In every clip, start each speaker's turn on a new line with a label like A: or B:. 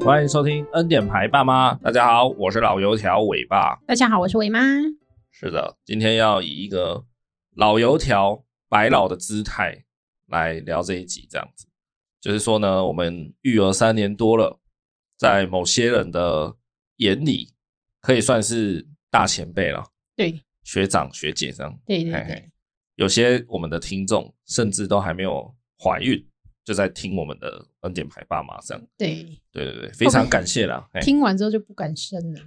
A: 欢迎收听《恩典牌爸妈》，大家好，我是老油条尾巴。
B: 大家好，我是维妈。
A: 是的，今天要以一个老油条、白老的姿态来聊这一集，这样子，就是说呢，我们育儿三年多了，在某些人的眼里，可以算是大前辈了，
B: 对
A: 学长学姐这样。
B: 对对
A: 嘿
B: 对
A: 嘿，有些我们的听众甚至都还没有怀孕，就在听我们的恩典牌爸妈这样。
B: 对，
A: 对对对，非常感谢啦。哎
B: 听完之后就不敢生 了。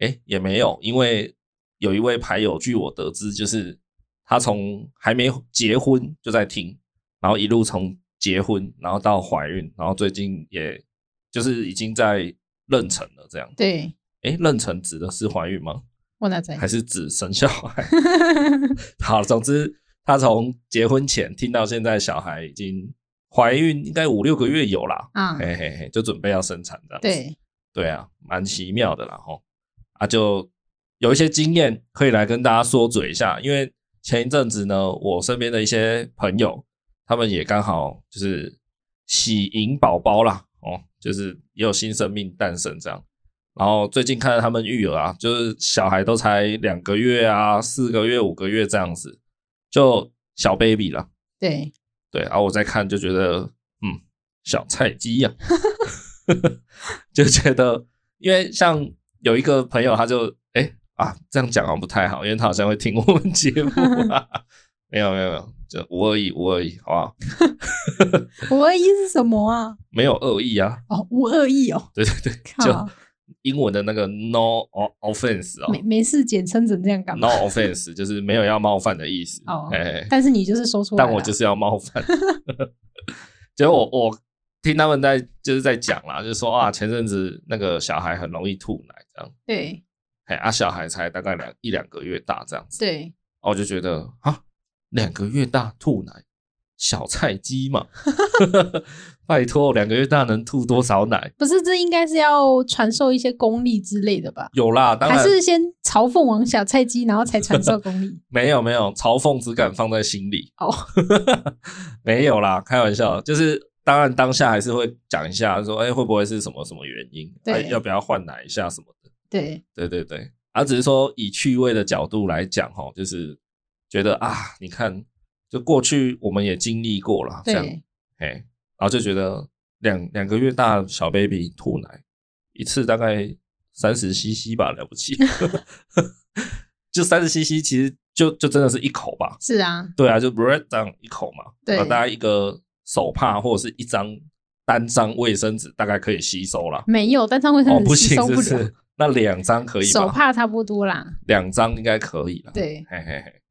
A: 哎，也没有，因为有一位牌友，据我得知，就是他从还没结婚就在听，然后一路从结婚，然后到怀孕，然后最近也就是已经在妊娠了，这样。
B: 对，
A: 哎，妊娠指的是怀孕吗？
B: 我哪在
A: 还？是指生小孩？ 好，总之他从结婚前听到现在，小孩已经怀孕，应该五六个月有啦。
B: 啊，
A: 嘿嘿嘿，就准备要生产这样子。
B: 对
A: 对啊，蛮奇妙的啦吼。啊，就有一些经验可以来跟大家说嘴一下，因为前一阵子呢，我身边的一些朋友，他们也刚好就是喜迎宝宝啦，哦，就是也有新生命诞生这样。然后最近看到他们育儿啊，就是小孩都才两个月啊、四个月、五个月这样子，就小 baby 啦。
B: 对，
A: 对，然后我再看就觉得，嗯，小菜鸡 呀、就觉得，因为像有一个朋友，他就哎、诶啊，这样讲好像不太好，因为他好像会听我们节目、 啊，没有没有没有，就无恶意无恶意，好不好？
B: 五二一是什么啊？
A: 没有恶意啊，
B: 哦，无恶意哦，
A: 对对对，
B: 靠
A: 就，英文的那个 no offense 哦
B: 没没事，简称成这样干嘛
A: ，no？offense 就是没有要冒犯的意思，
B: 哦
A: 哎、
B: 但是你就是说出来了，
A: 但我就是要冒犯。 结果我我听他们在就是在讲啦，就是说啊，前阵子那个小孩很容易吐奶这样，
B: 对
A: 哎啊，小孩才大概两一两个月大这样子，
B: 对
A: 啊我就觉得啊，两个月大吐奶，小菜鸡嘛， 拜托，两个月大能吐多少奶？
B: 不是，这应该是要传授一些功力之类的吧？
A: 有啦，当
B: 还
A: 然
B: 是先嘲讽王小菜鸡，然后才传授功 力？
A: 没有没有，嘲讽只敢放在心里。
B: 哦，
A: 没有啦，开玩笑，就是当然当下还是会讲一下，说哎、会不会是什么什么原因，
B: 对
A: 哎要不要换奶一下什么的。
B: 对
A: 对对对，啊，只是说以趣味的角度来讲，哈，就是觉得啊，你看，就过去我们也经历过了，这样，
B: 对
A: 哎，然后就觉得两两个月大的小 baby 吐奶一次大概三十 cc 吧，了不起， 就三十 cc，其实就就真的是一口吧，
B: 是啊，
A: 对啊，就 bread down 一口嘛，
B: 对
A: 然后大概一个手帕或者是一张单张卫生纸，大概可以吸收啦。
B: 没有，但上卫
A: 哦，
B: 生
A: 不
B: 纸嗯吸
A: 行，
B: 收
A: 是
B: 不
A: 不
B: 了
A: 是，？那两张可以
B: 手
A: 吧？
B: 帕差不多啦。
A: 两张应该可以啦。，
B: 对，
A: 嘿嘿嘿。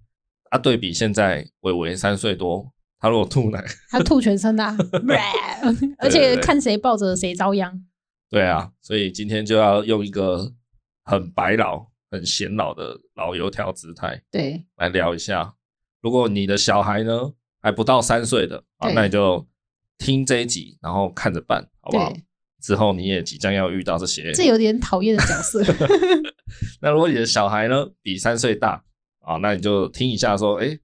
A: 啊，对比现在伟伟三岁多，他如果吐奶，
B: 他吐全 身啦、而且看谁抱着谁遭殃。
A: 对啊，所以今天就要用一个很白老、很显老的老油条姿态
B: 对
A: 来聊一下。如果你的小孩呢还不到三岁的啊，
B: 对
A: 那你就听这一集，然后看着办，好不好？
B: 对，
A: 之后你也即将要遇到这些。
B: 这有点讨厌的角色。
A: 那如果你的小孩呢比三岁大啊，那你就听一下说，哎、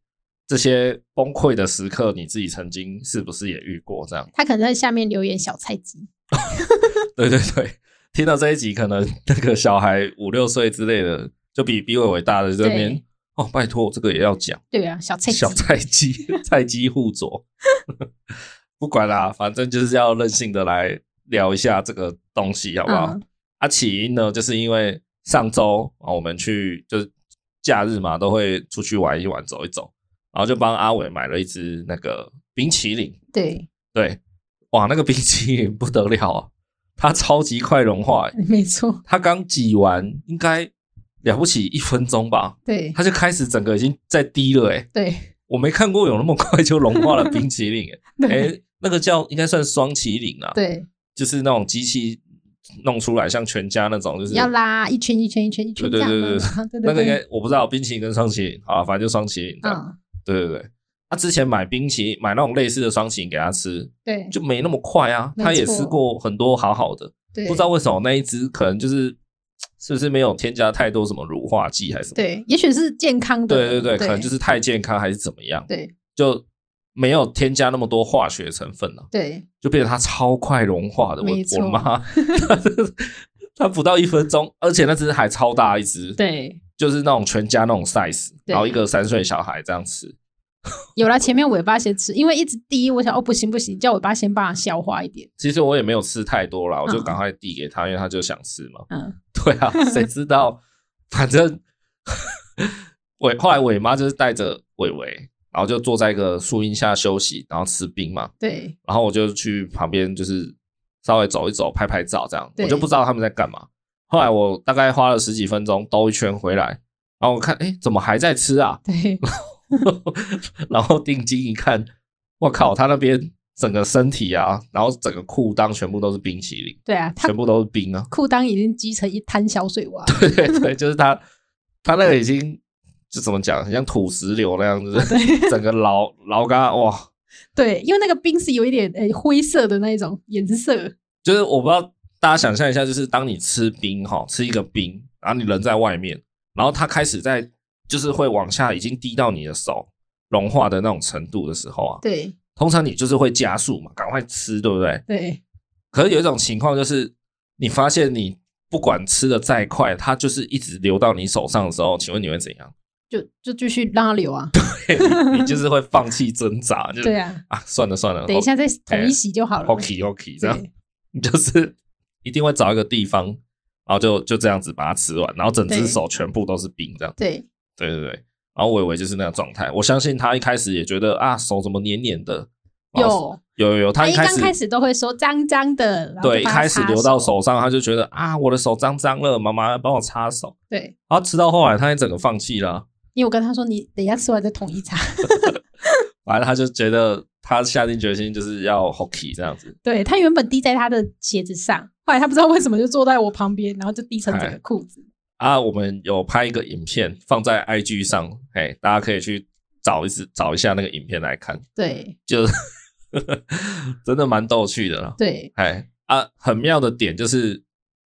A: 这些崩溃的时刻你自己曾经是不是也遇过？这样，
B: 他可能在下面留言小菜鸡。
A: 对对对，听到这一集，可能那个小孩五六岁之类的，就比比伟伟大的这边
B: 对
A: 哦，拜托，这个也要讲
B: 对啊，小菜鸡
A: 小。菜鸡 菜鸡互啄， 不管啦、反正就是要任性的来聊一下这个东西，好不好？
B: 嗯
A: 啊，起因呢，就是因为上周啊，我们去就是假日嘛，都会出去玩一玩，走一走，然后就帮阿伟买了一只那个冰淇淋。
B: 对，
A: 对，哇，那个 冰淇淋不得了啊，它超级快融化、欸，
B: 没错。
A: 它刚挤完应该了不起一分钟吧，
B: 对
A: 它就开始整个已经在滴了、欸，
B: 对
A: 我没看过有那么快就融化了冰淇淋、欸，哎、
B: 对
A: 那个叫应该算双麒麟啊，
B: 对，
A: 就是那种机器弄出来，像全家那种，就是
B: 要拉一圈一圈一圈一圈这样
A: 对
B: 的。
A: 对对
B: 啊对
A: 那
B: 对
A: 个应
B: 对。
A: 该啊我不知道，冰淇淋跟双淇淋啊，反正就双淇淋这样。
B: 嗯，
A: 对对对，他、之前买冰淇淋，买那种类似的双淇淋给他吃，
B: 对
A: 就没那么快啊。
B: 没错
A: 他也吃过很多好好的，
B: 对，
A: 不知道为什么那一只可能就是是不是没有添加太多什么乳化剂还是什么？
B: 对，也许是健康的。
A: 对对对，可能就是是太健康还是怎么样，
B: 对
A: 就没有添加那么多化学成分了、
B: 对，
A: 就变成它超快融化的。我
B: 没错
A: 我妈， 她就是它不到一分钟，而且那只还超大一只，，
B: 对，
A: 就是那种全家那种 size，
B: 对
A: 然后一个三岁小孩这样吃，
B: 有了前面尾巴先吃，因为一直第一我想哦不行不行，叫尾巴先帮它消化一点，
A: 其实我也没有吃太多啦，我就
B: 嗯
A: 赶快递给他，因为他就想吃嘛。
B: 嗯，
A: 对 啊，谁知道？反正 伟后来伟妈就是带着伟伟，然后就坐在一个树荫下休息，然后吃冰嘛。
B: 对，
A: 然后我就去旁边就是稍微走一走，拍拍照这样。
B: 对
A: 我就不知道他们在干嘛。后来我大概花了十几分钟兜一圈回来，然后我看，哎，怎么还在吃啊？
B: 对，
A: 然后定睛一看，我靠，他那边整个身体啊，然后整个裤裆全部都是冰淇淋，
B: 对啊，它
A: 全部都是冰 啊。
B: 裤裆已经积成一滩小水洼，
A: 对对对，就是他，他那个已经就怎么讲，很像土石流那样子，就是整个老老嘎哇，
B: 对，因为那个冰是有一点诶灰色的那一种颜色，
A: 就是我不知道大家想象一下，就是当你吃冰哈，吃一个冰，然后你人在外面，然后它开始在就是会往下已经滴到你的手融化的那种程度的时候啊，
B: 对
A: 通常你就是会加速嘛，赶快吃，对不对？
B: 对
A: 可是有一种情况就是，你发现你不管吃的再快，它就是一直流到你手上的时候，请问你会怎样？
B: 就就继续让它流啊，
A: 你你就是会放弃挣扎，就是
B: 对啊，
A: 啊，算了算了，
B: 等一下再统一洗就好了。
A: ，OK OK，这样
B: 对
A: 你就是一定会找一个地方，然后就就这样子把它吃完，然后整只
B: 对
A: 手全部都是冰，这样，
B: 对
A: 对对对。然后伟伟就是那个状态，我相信他一开始也觉得啊，手怎么黏黏的，然后
B: 有，
A: 有有有，他
B: 他
A: 一
B: 一
A: 开
B: 刚
A: 始
B: 开始都会说脏脏的，然后
A: 对
B: 就
A: 一
B: 帮他
A: 开始
B: 擦
A: 流到
B: 手，
A: 手上，他就觉得啊，我的手脏脏了，妈妈帮我擦手。
B: 对，
A: 然后吃到后来，他也整个放弃了啊、
B: 因为我跟他说你等一下吃完再统一擦，
A: 反正他就觉得他下定决心就是要 hockey 这样子，
B: 对他原本滴在他的鞋子上，后来他不知道为什么就坐在我旁边，然后就滴成整
A: 哎
B: 个裤子。
A: 啊，我们有拍一个影片放在 IG 上，哎，大家可以去找一次找一下那个影片来看，
B: 对
A: 就是真的蛮逗趣的啦。
B: 对
A: 哎啊，很妙的点就是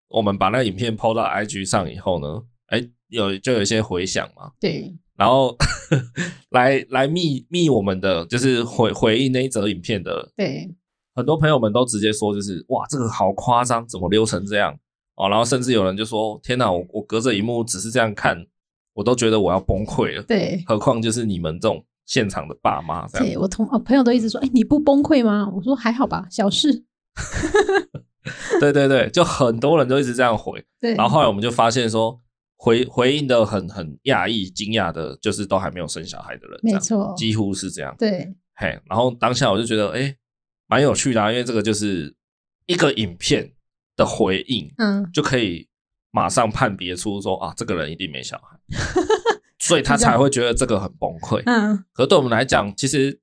A: 我们把那个影片 PO 到 IG 上以后呢，哎，有就有一些回响嘛，
B: 对
A: 然后 来来密密我们的就是回回应那一则影片的
B: 对
A: 很多朋友们都直接说，就是哇，这个好夸张，怎么溜成这样哦？然后甚至有人就说，天哪，我我隔着荧幕只是这样看，我都觉得我要崩溃了，
B: 对
A: 何况就是你们这种现场的爸妈这
B: 对，
A: 样。
B: 我同哦朋友都一直说，哎，你不崩溃吗？我说还好吧，小事。
A: 对对对，就很多人都一直这样回，
B: 对，
A: 然后后来我们就发现说，回回应的很很讶异、惊讶的，就是都还没有生小孩的人，这
B: 没
A: 样
B: 错，
A: 几乎是这样。
B: 对
A: 嘿，然后当下我就觉得，哎，蛮有趣的、啊，因为这个就是一个影片的回应，
B: 嗯，
A: 就可以马上判别出说啊，这个人一定没小 孩，所以他才会觉得这个很崩溃。
B: 嗯，
A: 可是对我们来讲，其实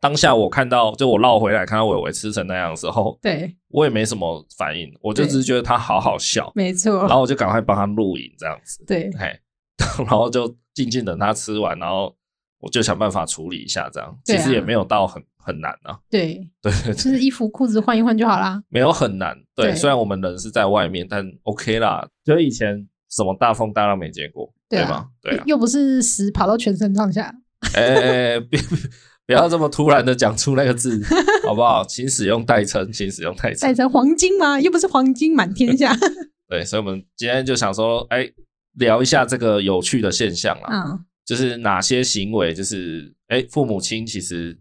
A: 当下我看到，就我绕回来看到伟伟吃成那样的时候，
B: 对，
A: 我也没什么反应，我就
B: 对嗯
A: 只是觉得他好好笑，
B: 没
A: 然
B: 错，
A: 后我就赶快帮他录影这样子，
B: 对
A: 嘿， 然后就静静等他吃完，然后我就想办法处理一下这样，
B: 对
A: 其
B: 啊
A: 实也没有到很很难啊，
B: 对，
A: 对对
B: 就
A: 对，
B: 是衣服裤子换一换就好啦。
A: 没有很难，对，
B: 对
A: 虽然我们人是在外面，但 OK 啦，就是以前什么大风大浪没见过，
B: 对啊
A: 吧？对啊，
B: 又不是屎跑到全身上下。
A: 哎哎哎，别 不要这么突然的讲出那个 字，好不好？请使用代称，请使用代
B: 晒
A: 称。
B: 成黄金吗？又不是黄金满天下。
A: 对，所以我们今天就想说，哎，聊一下这个有趣的现象啦，
B: 嗯，
A: 啊就是哪些行为，就是哎，父母亲其实，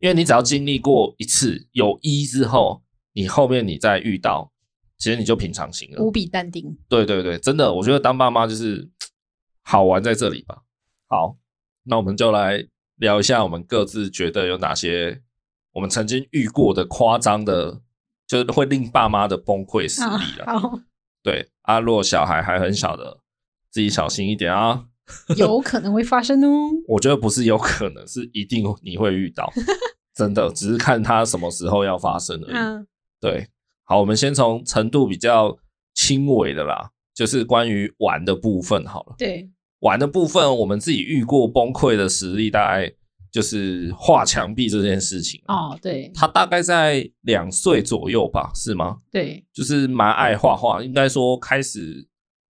A: 因为你只要经历过一次有一之后，你后面你再遇到，其实你就平常心了
B: 无。比淡定。
A: 对对对，真的，我觉得当爸妈就是好玩在这里吧。好，那我们就来聊一下我们各自觉得有哪些我们曾经遇过的夸张的，就是会令爸妈的崩溃实
B: 啊
A: 力了。
B: 好，
A: 对，阿若小孩还很小的，自己小心一点啊。
B: 有可能会发生哦。
A: 我觉得不是有可能，是一定你会遇 到，真的，只是看他什么时候要发生而已。
B: 嗯，
A: 对，好，我们先从程度比较轻微的啦，就是关于玩的部分好了。
B: 对，
A: 玩的部分，我们自己遇过崩溃的实例，大概就是画墙壁这件事情。
B: 哦，对，
A: 他大概在两岁左右吧，是吗？
B: 对，
A: 就是蛮爱画画，应该说开始，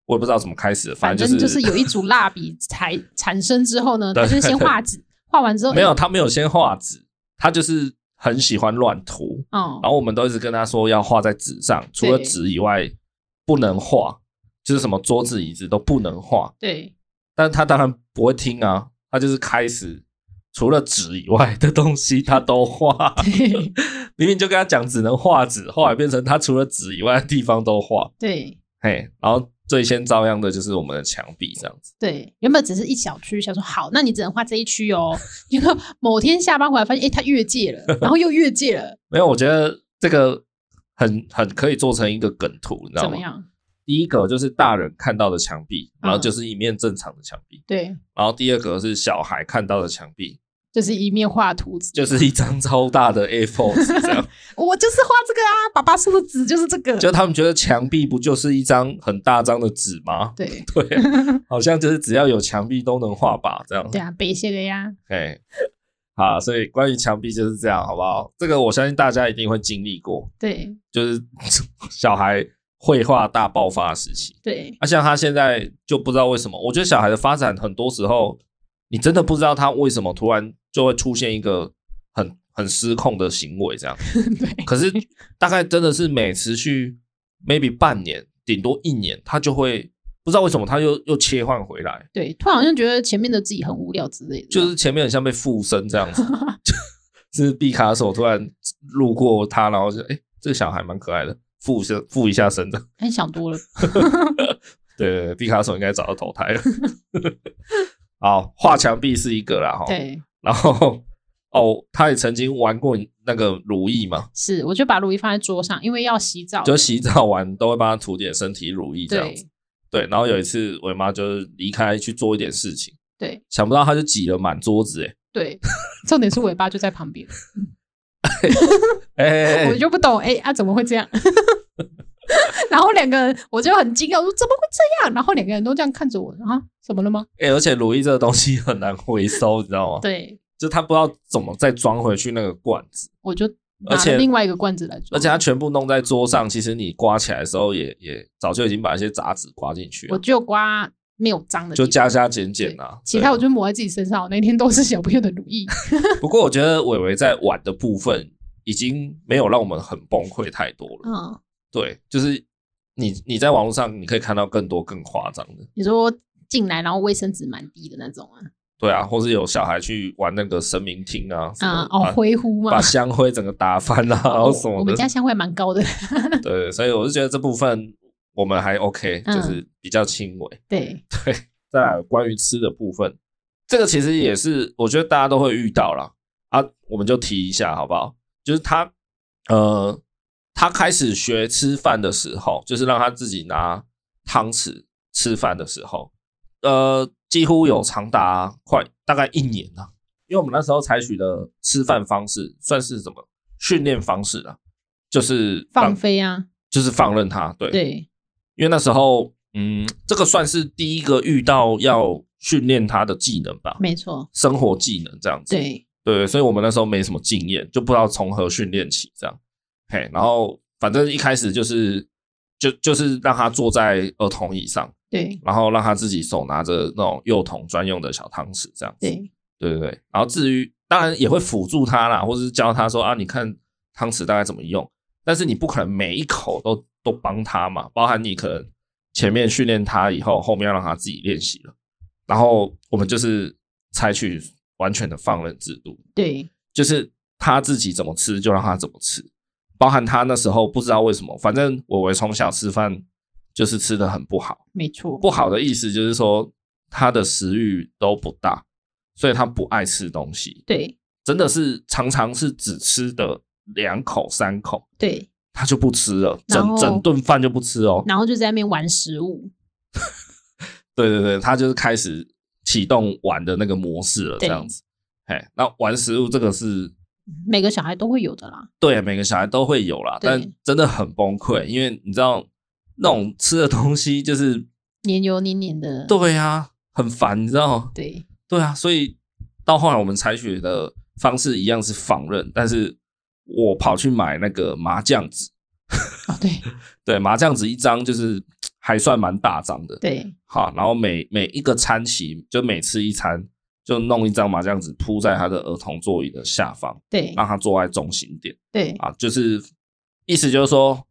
A: 我也不知道怎么开始的，
B: 反
A: 正
B: 正
A: 就
B: 就是有一组蜡笔才产生之后呢，
A: 对
B: 它就是先画纸，画完之后
A: 没有，他没有先画纸，他就是很喜欢乱涂，
B: 哦
A: 然后我们都一直跟他说要画在纸上，除了
B: 对
A: 纸以外不能画，就是什么桌子、椅子都不能画。
B: 对，
A: 但他当然不会听啊，他就是开始除了纸以外的东西他都画，明明就跟他讲只能画纸，后来变成他除了纸以外的地方都画，
B: 对
A: 嘿，然后最先遭殃的就是我们的墙壁这样子，
B: 对，原本只是一小区，想说好，那你只能画这一区哦。 结果某天下班回来发现，哎、他越界了，然后又越界了，
A: 没有，我觉得这个很很可以做成一个梗图， 你知道
B: 怎么
A: 吗？
B: 样？
A: 第一个就是大人看到的墙壁，然后
B: 嗯
A: 就是一面正常的墙壁，
B: 对，
A: 然后第二个是小孩看到的墙壁，
B: 就是一面画图，
A: 就是一张超大的 A4 纸这样。
B: 我就是画这个啊，爸爸说的纸就是这 个，
A: 就他们觉得墙壁不就是一张很大张的纸吗？
B: 对
A: 对啊，好像就是只要有墙壁都能画吧，这样。
B: 对啊，北谢的呀，
A: 哎，好，所以关于墙壁就是这样，好不好？这个我相信大家一定会经历过，
B: 对
A: 就是 小孩绘画大爆发的时期。
B: 对
A: 啊，像他现在就不知道为什么，我觉得小孩的发展很多时候，你真的不知道他为什么突然就会出现一个很很失控的行为这样。
B: 对，
A: 可是大概真的是每持续 maybe 半年，顶多一年，他就会不知道为什么他又又切换回来，
B: 对，突然好像觉得前面的自己很无聊之类的，
A: 就是前面很像被附身这样子，就是毕卡索突然路过他，然后就哎、诶这个小孩蛮可爱的，附身附一下身的，
B: 很想多了，
A: 对对对，毕卡索应该早就投胎了。 好，画墙壁是一个啦，哈，
B: 对，
A: 然后哦，他也曾经玩过那个如意嘛，
B: 是，我就把如意放在桌上，因为要洗澡，
A: 就洗澡完都会帮他涂点身体乳液这样子。
B: 对
A: 对，然后有一次我妈就是离开去做一点事情，
B: 对
A: 想不到她就挤了满桌子、欸，
B: 对，重点是尾巴就在旁边，
A: 哎哎哎
B: 我就不懂，哎、啊，怎么会这样？ 然后两个人，我就很惊讶，我说怎么会这样？然后两个人都这样看着我，啊，怎么了吗？
A: 哎，而且乳液这个东西很难回收，你知道吗？，
B: 对，
A: 就她不知道怎么再装回去那个罐子，
B: 我就拿
A: 而且
B: 了另外一个罐子来嗯做，
A: 而且她全部弄在桌上，其实你刮起来的时候也也早就已经把一些杂质刮进去
B: 我
A: 了，
B: 就刮没有脏的地
A: 就
B: 方，
A: 加加减减啊。
B: 其
A: 对
B: 他我就抹在自己身上。我那天都是小朋友的乳 液，
A: 不过我觉得伟伟在玩的部分已经没有让我们很崩溃太多了，
B: 嗯，
A: 对，就是你你在网络上你可以看到更多更夸张的。
B: 你说进来然后卫生纸蛮低的那种啊，
A: 对啊，或是有小孩去玩那个神明厅啊，什么
B: 啊、哦，
A: 把
B: 灰呼嘛
A: 把，香灰整个打翻啊，然
B: 我
A: 后什
B: 我
A: 么
B: 们
A: 的
B: 家，香味蛮高的，
A: 对，所以我是觉得这部分我们还 OK，、
B: 嗯
A: 就是比较轻微。
B: 对
A: 再来
B: 嗯
A: 关于吃的部分，这个其实也是我觉得大家都会遇到啦，啊，我们就提一下好不好？就是他呃，他开始学吃饭的时候，就是让他自己拿汤匙吃饭的时候，呃，几乎有长达快大概一年了、因为我们那时候采取的吃饭方式算是什么训练方式啊，就是
B: 放，飞啊，
A: 就是放任他，对
B: 对
A: 因为那时候，嗯，这个算是第一个遇到要训练他的技能吧，
B: 没错，
A: 生活技能这样子。
B: 对
A: 对，所以我们那时候没什么经验，就不知道从何训练起这样。嘿，然后反正一开始就是就就是让他坐在儿童椅上，
B: 对
A: 然后让他自己手拿着那种幼童专用的小汤匙这样子。
B: 对
A: 对对对。然后至于当然也会辅助他啦，或是教他说啊，你看汤匙大概怎么用，但是你不可能每一口都都帮他嘛，包含你可能前面训练他以后，后面要让他自己练习了。然后我们就是采取完全的放任制度，
B: 对
A: 就是他自己怎么吃就让他怎么吃，包含他那时候不知道为什么，反正我为从小吃饭就是吃的很不好。
B: 没错，
A: 不好的意思就是说他的食欲都不大，所以他不爱吃东西，
B: 对
A: 真的是常常是只吃的两口三口，
B: 对，
A: 他就不吃了，
B: 然
A: 整
B: 后
A: 整顿饭就不吃哦。
B: 然后就在那边玩食物，
A: 对对对，他就是开始启动玩的那个模式了，这
B: 对
A: 样子。哎，那玩食物这个是
B: 每个小孩都会有的啦，
A: 对每个小孩都会有啦，
B: 对
A: 但真的很崩溃，因为你知道那种吃的东西就是
B: 黏油黏黏的，
A: 对啊，很烦，你知道吗？
B: 对
A: 对啊，所以到后来我们采取的方式一样是仿任，但是我跑去买那个麻将纸，
B: 哦对
A: 对，麻将纸一张就是嘖还算蛮大张的，
B: 对
A: 好，然后每每一个餐期就每吃一餐，就弄一张麻将纸铺在他的儿童座椅的下方，
B: 对
A: 让他坐在中心点
B: 对
A: 啊，就是意思就是说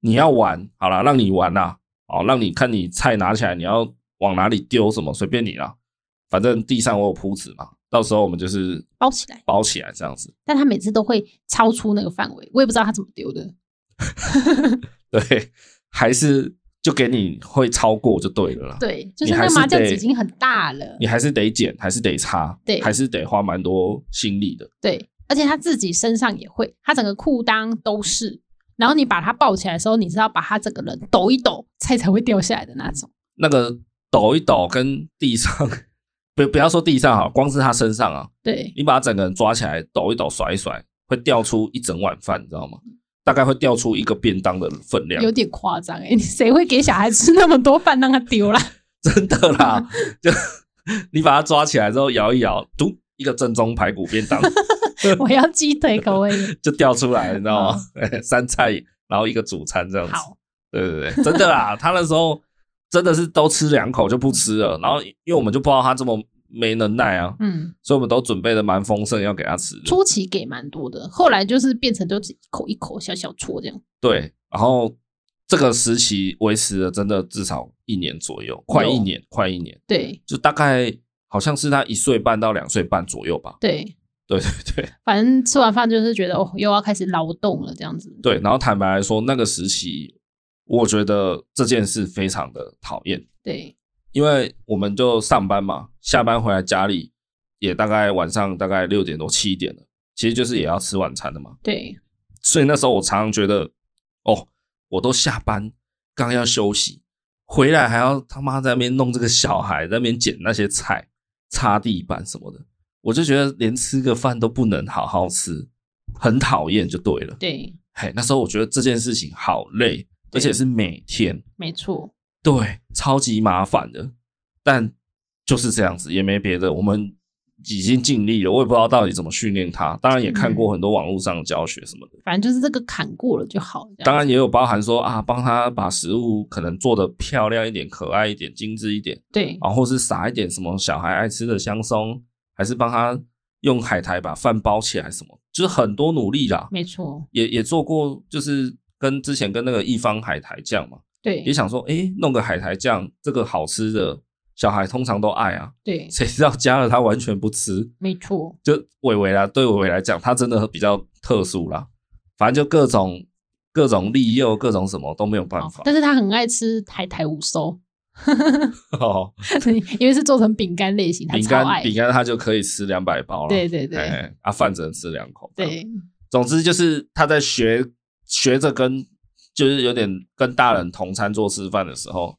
A: 你要玩好了，让你玩啦，哦，让你看你菜拿起来你要往哪里丢什么随便你啦，反正地上我有铺纸嘛，到时候我们就是
B: 包起来，
A: 包起来这样子，
B: 但他每次都会超出那个范围，我也不知道他怎么丢的。
A: 对，还是就给你会超过就对了啦。
B: 对，就
A: 你
B: 是那
A: 还
B: 个
A: 是
B: 麻将
A: 得
B: 纸已经很大了，
A: 你还是得剪，还是得擦，
B: 对
A: 还是得花蛮多心力的。
B: 对，而且他自己身上也会，他整个裤裆都是。然后你把它抱起来的时候，你是要把他整个人抖一抖，菜才会掉下来的那种。
A: 那个抖一抖跟地上， 不不要说地上啊，光是他身上啊，
B: 对，
A: 你把他整个人抓起来抖一抖甩一甩，会掉出一整碗饭，你知道吗？大概会掉出一个便当的分量
B: 有，点夸张哎、你谁会给小孩吃那么多饭让他丢啦？
A: 真的啦！就你把它抓起来之后摇一摇，嘟，一个正宗排骨便 当
B: 我要鸡腿口味的。
A: 就掉出来，你知道吗？ 三菜，然后一个主餐这样子。
B: 好，
A: 对对对，真的 啦，他那时候真的是都吃两口就不吃了，然后因为我们就不知道他这么没能耐啊，
B: 嗯，
A: 所以我们都准备的蛮丰盛要给他吃的。
B: 初期给蛮多的，后来就是变成就是一口一口小小戳这样。
A: 对，然后这个时期维持了真的至少一年左右，快一年，快一年，
B: 对
A: 就大概好像是他一岁半到两岁半左右吧。
B: 对，
A: 对 对对
B: 反正吃完饭就是觉得哦，又要开始劳动了这样子。
A: 对，然后坦白来说，那个时期我觉得这件事非常的讨厌。
B: 对
A: 因为我们就上班嘛，下班回来家里也大概晚上大概六点多七点了，其实就是也要吃晚餐的嘛。
B: 对
A: 所以那时候我常常觉得，哦，我都下班刚要休息，回来还要他妈在那边弄这个小孩，在那边捡那些菜、擦地板什么的，我就觉得连吃个饭都不能好好吃，很讨厌就对了。
B: 对，
A: 嘿，那时候我觉得这件事情好累，而且是每天。
B: 没错。
A: 对，超级麻烦的。但就是这样子，也没别的，我们已经尽力了。我也不知道到底怎么训练他，当然也看过很多网络上的教学什么的，
B: 反正就是这个砍过了就好了。这样
A: 当然也有包含说啊，帮他把食物可能做的漂亮一点、可爱一点、精致一点，
B: 对
A: 然后或是撒一点什么小孩爱吃的香松，还是帮他用海苔把饭包起来什么，就是很多努力啦。
B: 没错，
A: 也也做过，就是跟之前跟那个一方海苔酱嘛。
B: 对
A: 也想说，哎、弄个海苔酱，这个好吃的，小孩通常都爱啊。
B: 对，
A: 谁知道加了他完全不吃，
B: 没错，
A: 就伟伟啦，对伟伟来讲，他真的比较特殊啦。反正就各种各种利诱，各种什么都没有办
B: 哦
A: 法。
B: 但是他很爱吃海苔五收，
A: 哦，
B: 因为是做成饼干类型，他
A: 饼
B: 超
A: 干
B: 爱。
A: 饼干他就可以吃两百包了。
B: 对对对
A: 哎啊，饭只能吃两口。，
B: 对
A: 总之就是他在学学着跟就是有点跟大人同餐桌吃饭的时候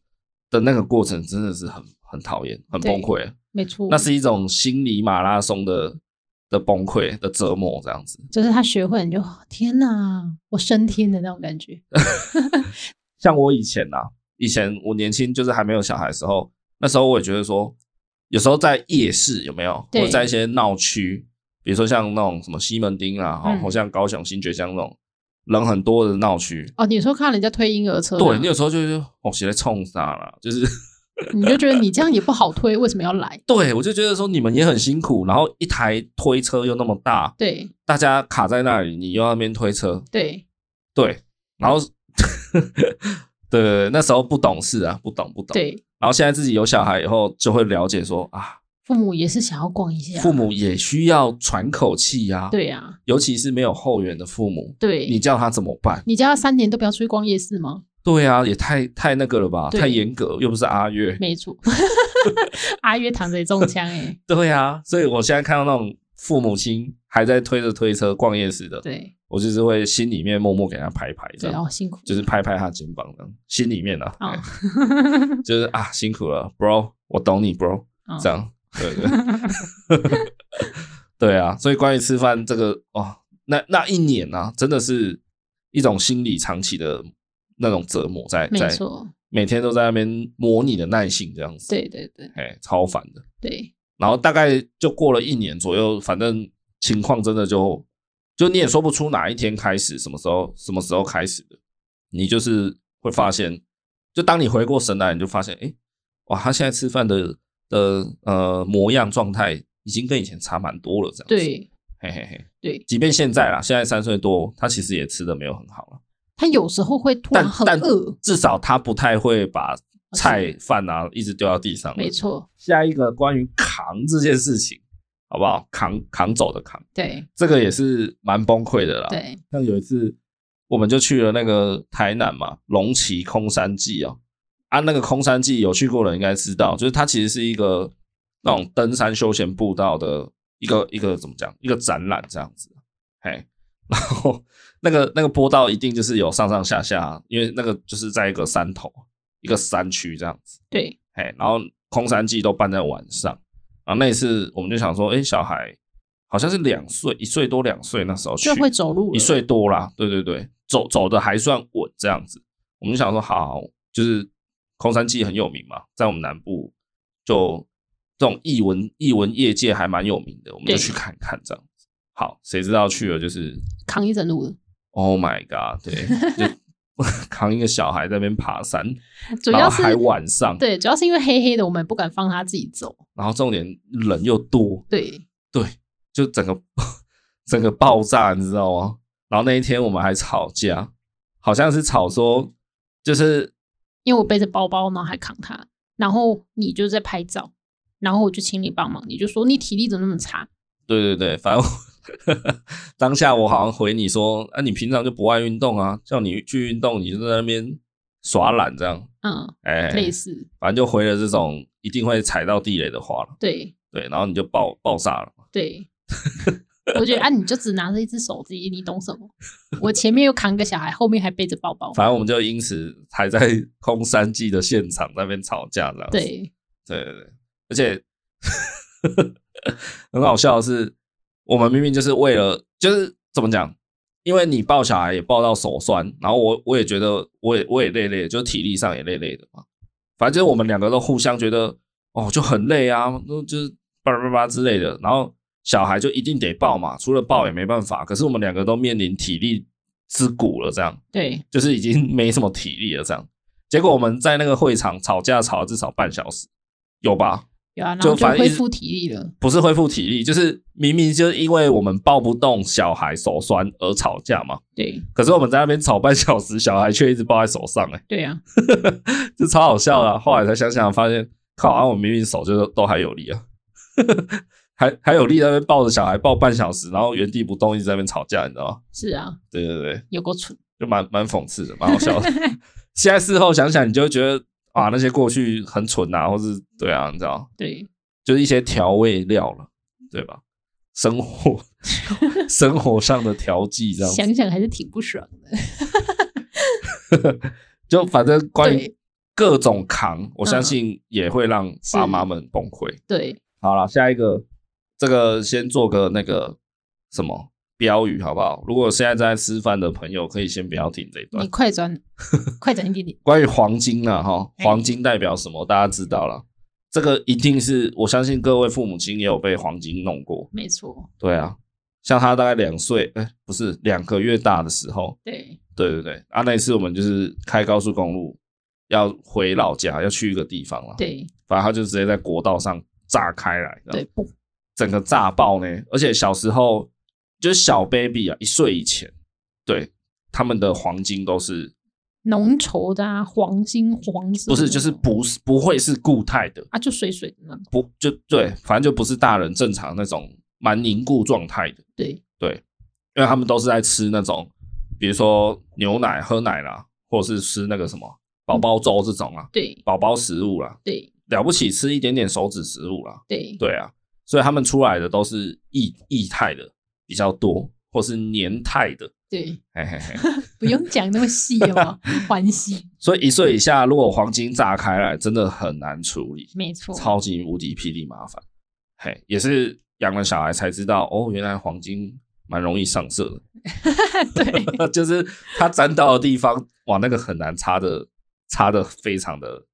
A: 的那个过程，真的是很很讨厌，很崩
B: 对
A: 溃。
B: 没错，
A: 那是一种心理马拉松的的崩溃的折磨，这样子。
B: 就是他学会你就天哪，我升天的那种感觉。
A: 像我以前啊，以前我年轻就是还没有小孩的时候，那时候我也觉得说，有时候在夜市有没有，或
B: 对
A: 者在一些闹区，比如说像那种什么西门町啊，好、
B: 嗯
A: 或像高雄新觉乡那种人很多的闹区，
B: 哦，你说看到人家推婴儿车，啊
A: 对你有时候就是哦，谁在冲啥啦，就是
B: 你就觉得你这样也不好推，为什么要来？
A: 对我就觉得说你们也很辛苦，然后一台推车又那么大，
B: 对
A: 大家卡在那里，你又要那边推车，
B: 对
A: 对，然后 对对，那时候不懂事啊，不懂不懂。，
B: 对，
A: 然后现在自己有小孩以后，就会了解说啊，
B: 父母也是想要逛一下，
A: 父母也需要喘口气呀、啊。，
B: 啊对啊，
A: 尤其是没有后援的父母，
B: 对，
A: 你叫他怎么办？
B: 你家要三年都不要出去逛夜市吗？
A: 对啊，也太太那个了吧，
B: 对
A: 太严格，又不是阿月。
B: 没 错，阿月躺着也中枪哎、
A: 对啊，所以我现在看到那种父母亲还在推着推车逛夜市的，
B: 对
A: 我就是会心里面默默给他拍拍，这
B: 对，
A: 样
B: 哦，辛苦了，
A: 就是拍拍他肩膀这样，心里面啊，
B: 啊，
A: 就是啊，辛苦了，bro，我懂你，bro。
B: 嗯
A: 这样，对对， 对啊，所以关于吃饭这个哦，那那一年啊，真的是一种心理长期的那种折磨在，
B: 没
A: 在
B: 错，
A: 每天都在那边磨你的耐性，这样子，
B: 对对对
A: 哎，超烦的。
B: 对
A: 然后大概就过了一年左右，反正情况真的就就你也说不出哪一天开始，什么时候什么时候开始的，你就是会发现，就当你回过神来，你就发现，哎，哇，他现在吃饭的的呃模样状态已经跟以前差蛮多了，这样子。，
B: 对
A: 嘿嘿嘿。
B: 对，
A: 即便现在啦，现在三岁多，他其实也吃的没有很好了，
B: 他有时候会突然
A: 但
B: 很
A: 但嗯
B: 饿，
A: 至少他不太会把菜饭啊一直丢到地上。
B: 没，错，
A: 下一个关于扛这件事情，好不好？扛扛走的扛，
B: 对
A: 这个也是蛮崩溃的啦。，
B: 对，
A: 像有一次我们就去了那个台南嘛，龙崎空山记哦，啊，那个空山记有去过的人应该知道，就是它其实是一个那种登山休闲步道的一个一个怎么讲，一个展览这样子，嘿， 然后那个那个坡道一定就是有上上下下，因为那个就是在一个山头一个山区这样子。
B: 对
A: 哎，然后空山祭都办在晚上，然后那一次我们就想说，哎，小孩好像是两岁，一岁多两岁那时候去，
B: 就会走路了
A: 一岁多啦，对对对，走走的还算稳这样子，我们就想说，好，就是空山祭很有名嘛，在我们南部就这种艺文艺文业界还蛮有名的，我们就
B: 对
A: 去看看这样子。好，谁知道去了就是
B: 扛一整路了，
A: ，Oh my god，对，就 扛一个小孩在那边爬山，
B: 主
A: 然
B: 要
A: 后
B: 是
A: 还晚上，
B: 对，主要是因为黑黑的，我们不敢放他自己走，
A: 然后重点人又多，
B: 对
A: 对，就整个 整个爆炸，你知道吗？然后那一天我们还吵架，好像是吵说，就是
B: 因为我背着包包，然后还扛他，然后你就在拍照，然后我就请你帮忙，你就说你体力怎么那么差？
A: 对对对，反正我 当下我好像回你说，啊，你平常就不爱运动啊，叫你去运动，你就在那边耍懒这样，
B: 嗯，
A: 哎，
B: 类似，
A: 反正就回了这种一定会踩到地雷的话了，
B: 对
A: 对，然后你就爆爆炸了，
B: 对。我觉得啊，你就只拿着一只手机，你懂什么？我前面又扛个小孩，后面还背着包包，
A: 反正我们就因此还在空山记的现场那边吵架这样子，
B: 对
A: 对对对，而且 很好笑的是，我们明明就是为了，就是怎么讲，因为你抱小孩也抱到手酸，然后我我也觉得我也我也累累的，就是体力上也累累的嘛。反正就是我们两个都互相觉得哦就很累啊，就就是叭叭叭之类的，然后小孩就一定得抱嘛，除了抱也没办法。可是我们两个都面临体力之谷了，这样。
B: 对
A: 就是已经 没什么体力了这样。结果我们在那个会场吵架吵了至少半小时，有吧？
B: 有啊，然
A: 就
B: 后就
A: 反正
B: 恢
A: 一直
B: 复体力了，
A: 不是恢复体力，就是明明就是因为我们抱不动小孩手酸而吵架嘛。
B: 对
A: 可是我们在那边吵半小时，小孩却一直抱在手上、欸，
B: 对啊，
A: 哎，这超好笑的啊、后来才想想，发现靠啊，我明明手就是都还有力啊， 还还有力在那边抱着小孩抱半小时，然后原地不动，一直在那边吵架，你知道吗？
B: 是啊，
A: 对对对，
B: 有够蠢，
A: 就蛮蛮讽刺的，蛮好笑的。 现在事后想想，你就会觉得啊，那些过去很蠢啊，或是对啊，你知道，
B: 对
A: 就是一些调味料了，对吧？生 活生活上的调剂，这样子
B: 想想还是挺不爽的。
A: 就反正关于
B: 对
A: 各种扛，我
B: 嗯
A: 相信也会让
B: 是
A: 爸妈们崩溃。
B: 对，
A: 好了，下一个，这个先做个那个什么标语好不好？如果现在正在吃饭的朋友，可以先不要听这一段
B: 你。快转，快转一点点。
A: 关于黄金啊，哈，
B: 哎
A: 黄金代表什么？大家知道了，这个一定是我相信各位父母亲也有被黄金弄过。
B: 没错，
A: 对啊，像他大概两岁，哎、不是两个月大的时候，
B: 对
A: 对对对，啊，那一次我们就是开高速公路要回老家，要去一个地方了，，
B: 对
A: 反正他就直接在国道上炸开来，
B: 对，，不，
A: 整个炸爆呢。而且小时候就是小 baby 啊，一岁以前，对他们的黄金都是
B: 浓稠的啊，黄金黄色
A: 不
B: 的那种，
A: 是就是不是不会是固态的。
B: 啊，就水水的那种。
A: 不就对，反正就不是大人正常那种蛮凝固状态的，
B: 对
A: 对，因为他们都是在吃那种，比如说牛奶、喝奶啦，或者是吃那个什么宝宝粥这种啊，
B: 对
A: 宝宝食物啦，
B: 对
A: 了不起吃一点点手指食物啦，
B: 对
A: 对啊，所以他们出来的都是液液态的比较多，或是黏态的，
B: 对，
A: 嘿嘿嘿。
B: 不用讲那么细哦，欢喜，
A: 所以一岁以下如果黄金炸开来，真的很难处理，
B: 没错，
A: 超级无敌霹雳麻烦。嘿，也是养了小孩才知道，哦，原来黄金蛮容易上色
B: 对
A: 的， 就是它沾到的地方，哇，那个很难擦的，擦的非常的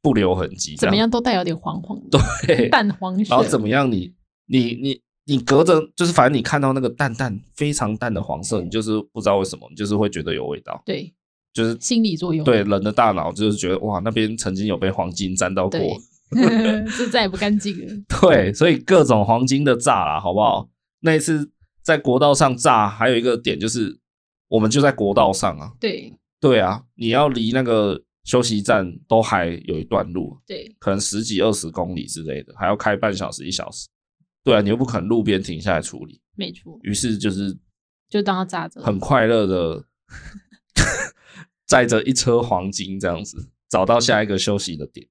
A: 不留痕迹，
B: 怎么
A: 这样？
B: 样都带有点黄黄的，
A: 对，
B: 淡黄色，
A: 然后怎么样你？你你你隔着，就是反正你看到那个淡淡非常淡的黄色，你就是不知道为什么，你就是会觉得有味道，
B: 对
A: 就是
B: 心理作用，
A: 对人的大脑就是觉得哇，那边曾经有被黄金沾到过
B: 对，就再也不干净了。
A: 对，所以各种黄金的炸啦，好不好？那一次在国道上炸，还有一个点就是，我们就在国道上啊。
B: 对
A: 对啊，你要离那个休息站都还有一段路，
B: 对，
A: 可能十几二十公里之类的，还要开半小时一小时。对啊，你又不肯路边停下来处理，
B: 没错，
A: 于是就是
B: 就当它炸着。
A: 很快乐的 载着一车黄金这样子，找到下一个休息的点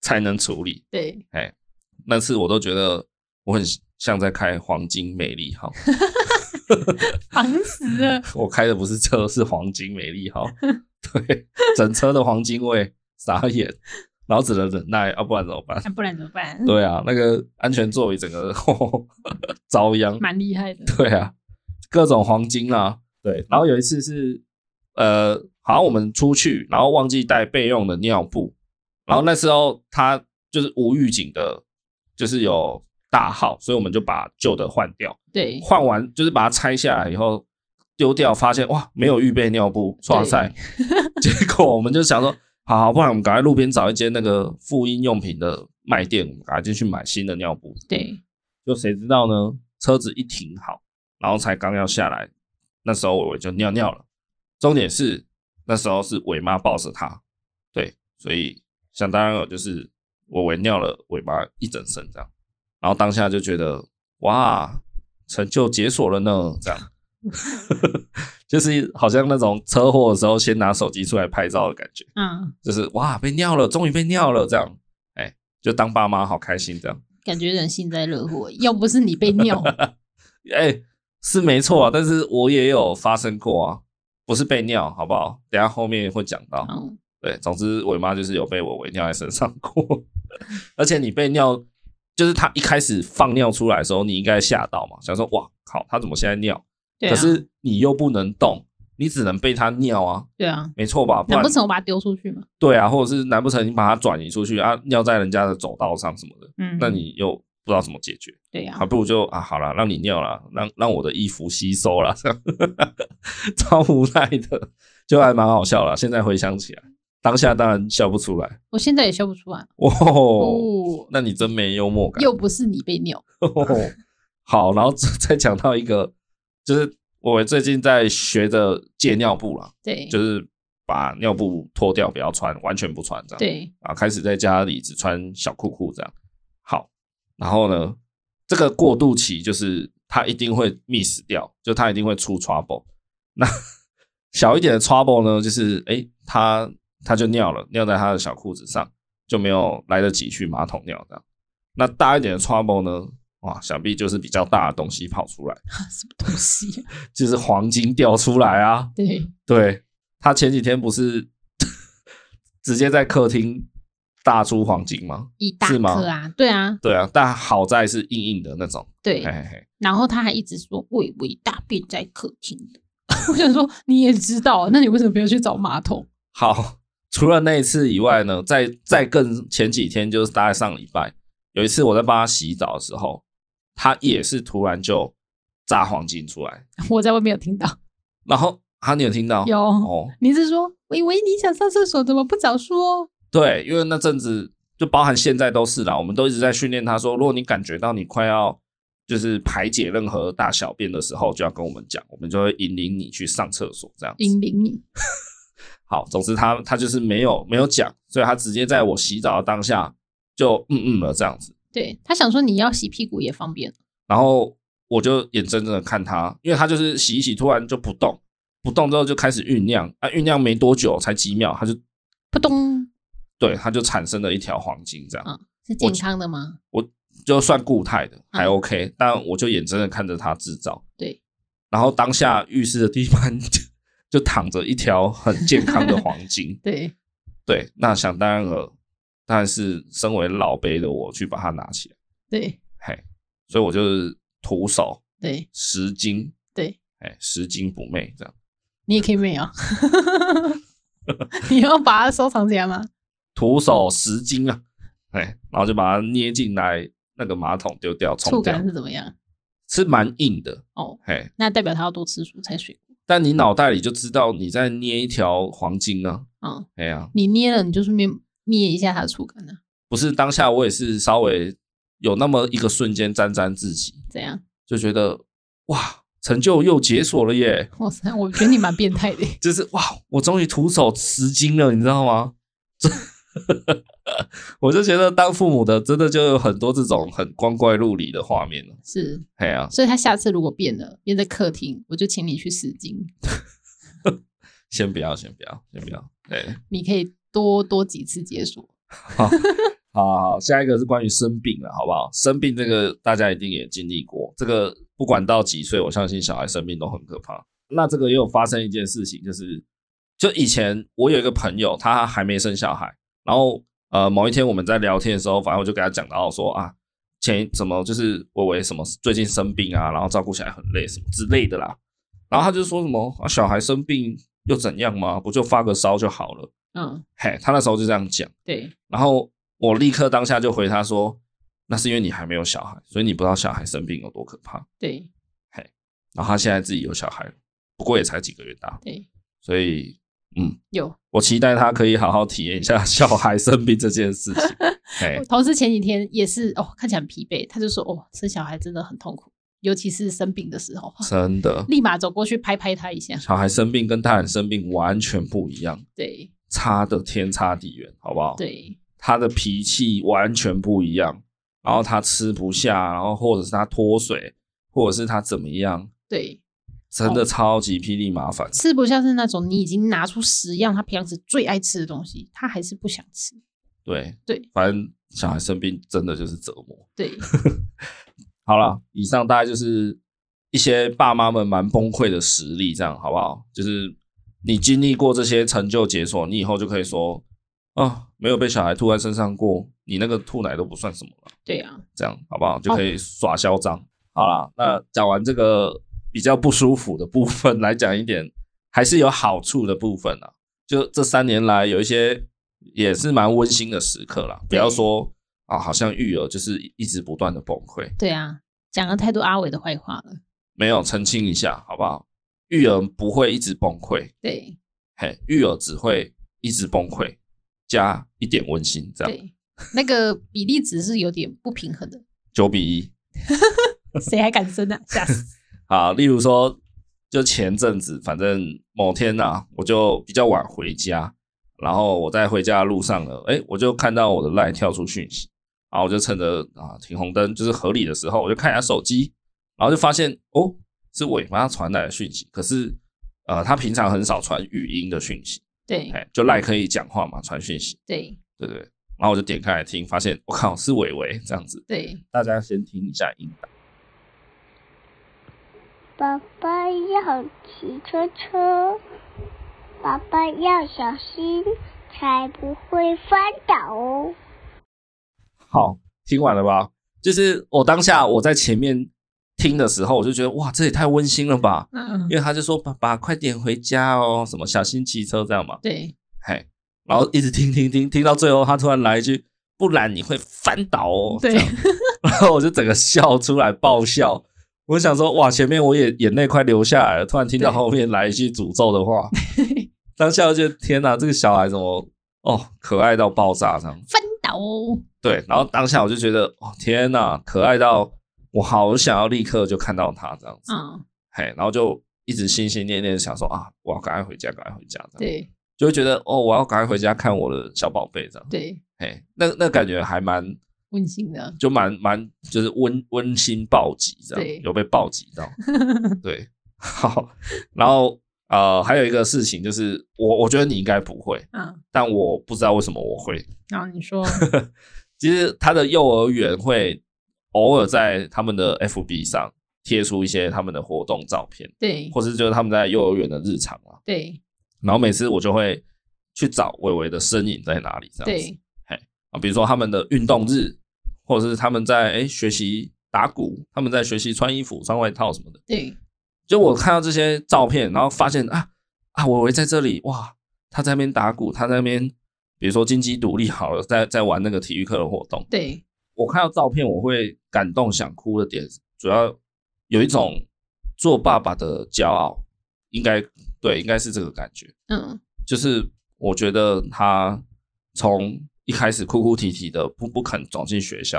A: 才能处理。
B: 对，
A: 那次我都觉得我很像在开黄金美丽号，
B: 烦死 了。
A: 我开的不是车，是黄金美丽号，对，整车的黄金味，傻眼，然后只能忍耐，啊，不然怎么办？
B: 那不然怎么办？
A: 对啊，那个安全座椅整个 遭殃，
B: 蛮厉害 的。
A: 对啊，各种黄金啦、对，然后有一次是，呃，好像我们出去，然后忘记带备用的尿布，然后那时候他就是无预警的，就是有大号，所以我们就把旧的换掉，
B: 对，
A: 换完就是把它拆下来以后丢掉，发现哇没有预备尿布，哇塞！ 结果我们就想说，好好，不然我们赶快路边找一间那个妇婴用品的卖店，我们赶快进去买新的尿布。
B: 对，
A: 就谁知道呢？车子一停好，然后才刚要下来，那时候伟伟就尿尿了。重点是那时候是伟妈抱着他，对，所以想当然了，就是我伟尿了伟妈一整身这样，然后当下就觉得哇，成就解锁了呢，这样， 就是好像那种车祸的时候先拿手机出来拍照的感觉，
B: 嗯，
A: 就是哇被尿了，终于被尿了这样，哎、就当爸妈好开心这样。
B: 感觉人幸灾乐祸。要不是 你被尿，
A: 哎、是没错啊，但是我也有发生过啊，不是被尿，好不好？等一下后面会讲到。
B: 嗯，
A: 对，总之我妈就是有被我围尿在身上过， 而且你被尿，就是她一开始放尿出来的时候，你应该吓到嘛，想说哇靠，她怎么现在尿？
B: 对啊
A: 可，是你又不能动，你只能被她尿啊，
B: 对啊，
A: 没错吧？不
B: 难
A: 然
B: 不成我把它丢出去吗？
A: 对啊，或者是难不成你把它转移出去啊，尿在人家的走道上什么的，
B: 嗯，
A: 那你又不知道怎么解决。
B: 对呀
A: 还，不如就啊，好了，让你尿了，让让我的衣服吸收了，这样 超无奈的，就还蛮好笑了。现在回想起来，当下当然笑不出来。
B: 我现在也笑不出来。啊
A: 哇、哦，
B: 哦，
A: 那你真没幽默感。
B: 又不是你被尿，
A: 哦好，然后再再讲到一个，就是我最近在学着戒尿布啦，
B: 对，
A: 就是把尿布脱掉，不要穿，完全不穿这样。
B: 对，
A: 啊，开始在家里只穿小裤裤这样。好，然后呢，这个过渡期就是他一定会 miss 掉，就他一定会出 trouble。那 小一点的 trouble 呢，就是诶，他他就尿了，尿在他的小裤子上，就没有来得及去马桶尿这样。那大一点的 trouble 呢，哇，想必就是比较大的东西跑出来，
B: 什么东西啊？
A: 就是黄金掉出来啊。
B: 对，
A: 对他前几天不是 直接在客厅大出黄金吗？
B: 一大
A: 是吗
B: 颗啊，对啊，
A: 对啊，但好在是硬硬的那种。嘿，
B: 对
A: 嘿嘿，
B: 然后他还一直说魏伟大便在客厅的。 我想说你也知道，啊那你为什么不要去找马桶？
A: 好， 除了那一次以外呢，在在更前几天，就是大概上礼拜，有一次我在帮他洗澡的时候，他也是突然就炸黄金出来，
B: 我在外面有听到，
A: 然后啊，你有听到？
B: 有
A: 哦，
B: 你是说伟伟你想上厕所怎么不早说？
A: 对，因为那阵子就包含现在都是啦，我们都一直在训练他说，如果你感觉到你快要就是排解任何大小便的时候，就要跟我们讲，我们就会引领你去上厕所这样子。
B: 引领你，
A: 好，总之他他就是没有没有讲，所以他直接在我洗澡的当下就嗯嗯了这样子，
B: 对他想说你要洗屁股也方便，
A: 然后我就眼睁睁的看他，因为他就是洗一洗，突然就不动，不动之后就开始酝酿，啊酝酿没多久才几秒，他就
B: 扑咚，
A: 对他就产生了一条黄金这样。
B: 嗯是健康的吗？
A: 就算固态的还
B: 嗯
A: OK，、但我就眼睁睁看着它制造。
B: 对，。
A: 然后当下浴室的地板 就躺着一条很健康的黄金
B: 对，
A: 对，那想当然了，当然是身为老杯的我去把它拿起来。
B: 对，
A: 嘿，所以我就是徒手
B: 对，
A: 拾金，
B: 对，
A: 哎，拾金不昧这样。
B: 你也可以没有， 你要把它收藏起来吗？
A: 徒手拾金啊，哎，然后就把它捏进来那个马桶丢掉
B: 触
A: 冲掉
B: 感，是怎么样？
A: 是蛮硬的，
B: 哦，
A: 嘿，
B: 那代表他要多吃蔬菜水果。
A: 但你脑袋里就知道你在捏一条黄金啊，
B: 嗯，
A: 哎呀、
B: 你捏了，你就顺便灭一下它的触感呢、啊
A: 不是当下我也是稍微有那么一个瞬间沾沾自喜，
B: 怎样？
A: 就觉得哇，成就又解锁了耶！
B: 哇塞，我觉得你蛮变态的。
A: 就是哇，我终于徒手拾金了，你知道吗？这 我就觉得当父母的真的就有很多这种很光怪陆离的画面了。
B: 是，
A: 哎呀、
B: 所以他下次如果变了，变在客厅，我就请你去试镜，
A: 先不要，先不要，先不要。对，
B: 你可以多多几次解锁。
A: 好好，好下一个是关于生病了，好不好？生病这个大家一定也经历过，这个不管到几岁，我相信小孩生病都很可怕。那这个也有发生一件事情，就是就以前我有一个朋友，他还没生小孩，然后呃某一天我们在聊天的时候，反正我就给他讲到说啊，前怎么就是伟伟什么最近生病啊，然后照顾起来很累什么之类的啦，然后他就说什么啊小孩生病又怎样嘛，不就发个烧就好了。
B: 嗯，
A: 嘿，他那时候就这样讲。
B: 对，
A: 然后我立刻当下就回他说：“那是因为你还没有小孩，所以你不知道小孩生病有多可怕。
B: 对，”
A: 然后他现在自己有小孩了，不过也才几个月大，
B: 对，
A: 所以
B: 有。
A: 我期待他可以好好体验一下 小孩生病这件事 情。哎
B: 我，同事前几天也是哦，看起来很疲惫，他就说哦，生小孩真的很痛苦，尤其是生病的时候，
A: 真的，
B: 立马走过去拍拍他一下。
A: 小孩生病跟大人生病完全不一样，
B: 对
A: 差的天差地远，好不好？，
B: 对，
A: 他的脾气完全不一样，然后他吃不下，然后或者是他脱水，或者是他怎么样，
B: 对，
A: 真
B: 哦
A: 的超级霹雳麻烦。
B: 吃不下是那种你已经拿出十样他平常时最爱吃的东西，他还是不想吃。
A: 对
B: 对，
A: 反正小孩生病真的就是折磨。
B: 对
A: 好了，以上大概就是一些爸妈们蛮崩溃的实例，这样好不好？就是你经历过这些成就解锁，你以后就可以说啊，没有被小孩吐在身上过，你那个吐奶都不算什么了，
B: 对啊，
A: 这样好不好？就可以耍嚣张。好啦，那讲完这个比较不舒服的部分，来讲一点还是有好处的部分啊。就这三年来，有一些也是蛮温馨的时刻啦。不要说啊，好像育儿就是一直不断的崩溃。
B: 对啊，讲了太多阿伟的坏话了。
A: 没有澄清一下，好不好？育儿不会一直崩溃，
B: 对
A: 嘿，育儿只会一直崩溃，加一点温馨，这样
B: 对，那个比例值是有点不平衡的，
A: 九比一。
B: 谁还敢生 啊？吓死！
A: 啊，例如说，就前阵子，反正某天啊，我就比较晚回家，然后我在回家的路上呢，哎，我就看到我的赖跳出讯息，然后我就趁着啊停红灯就是合理的时候，我就看一下手机，然后就发现哦，是伟妈传来的讯息，可是呃，她平常很少传语音的讯息，
B: 对
A: 哎，就赖可以讲话嘛，传讯息，
B: 对
A: 对不对？然后我就点开来听，发现我靠是伟伟这样子，
B: 对，
A: 大家先听一下音档。
C: 爸爸要骑车车，爸爸要小心，才不会翻倒哦。
A: 好，听完了吧？就是我当下我在前面听的时候，我就觉得哇，这也太温馨了吧！
B: 嗯，
A: 因为他就说爸爸快点回家哦，什么小心骑车这样嘛，
B: 对
A: 嘿，然后一直听听听，听到最后他突然来一句，不然你会翻倒哦，
B: 对
A: 这样 然后我就整个笑出来爆笑。我想说，哇，前面我也眼泪快流下来了，突然听到
B: 对
A: 后面来一句诅咒的话， 当下我就觉得天哪，这个小孩怎么哦，可爱到爆炸这样。
B: 翻倒哦。
A: 对，然后当下我就觉得，哦天呐，可爱到我好想要立刻就看到他这样子，
B: 嗯，
A: 嘿，然后就一直心心念念地想说啊，我要赶快回家，赶快回家，这样，
B: 对
A: 就会觉得哦，我要赶快回家看我的小宝贝这样，
B: 对，
A: 嘿，那那感觉还蛮
B: 温馨的。
A: 就蛮蛮就是温温馨暴击这
B: 对
A: 样，有被暴击 到，对，好，然后呃还有一个事情就是我我觉得你应该不会，
B: 嗯，
A: 但我不知道为什么我会，
B: 然后你 说，
A: 其实他的幼儿园会偶尔在他们的 FB 上贴出一些他们的活动照片，
B: 对
A: 或是就是他们在幼儿园的日常啊。
B: 对
A: 然后每次我就会去找伟伟的身影在哪里这样子
B: 对
A: 啊，比如说他们的运动日，或者是他们在诶学习打鼓，他们在学习穿衣服、穿外套什么的。
B: 对
A: 就我看到这些照片，然后发现啊啊，伟伟在这里哇，他在那边打鼓，他在那边比如说金鸡独立好了，在在玩那个体育课的活动。
B: 对
A: 我看到照片我会感动想哭的点，主要有一种做爸爸的骄傲，应该对，应该是这个感觉。
B: 嗯
A: 就是我觉得他从一开始哭哭啼啼的，不不肯走进学校，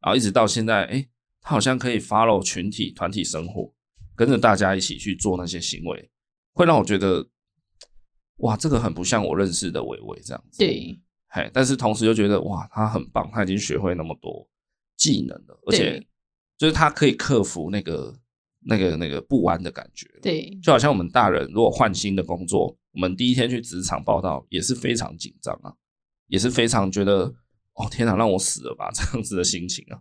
A: 然后一直到现在，哎，他好像可以 follow 群体、团体生活，跟着大家一起去做那些行为，会让我觉得，哇，这个很不像我认识的伟伟这样子。，
B: 对，
A: 嘿，但是同时又觉得，哇，他很棒，他已经学会那么多技能了，而且
B: 对
A: 就是他可以克服那个、那个、那个不安的感觉。
B: 对，
A: 就好像我们大人如果换新的工作，我们第一天去职场报道也是非常紧张啊，也是非常觉得哦天哪，让我死了吧 这样子的心情啊，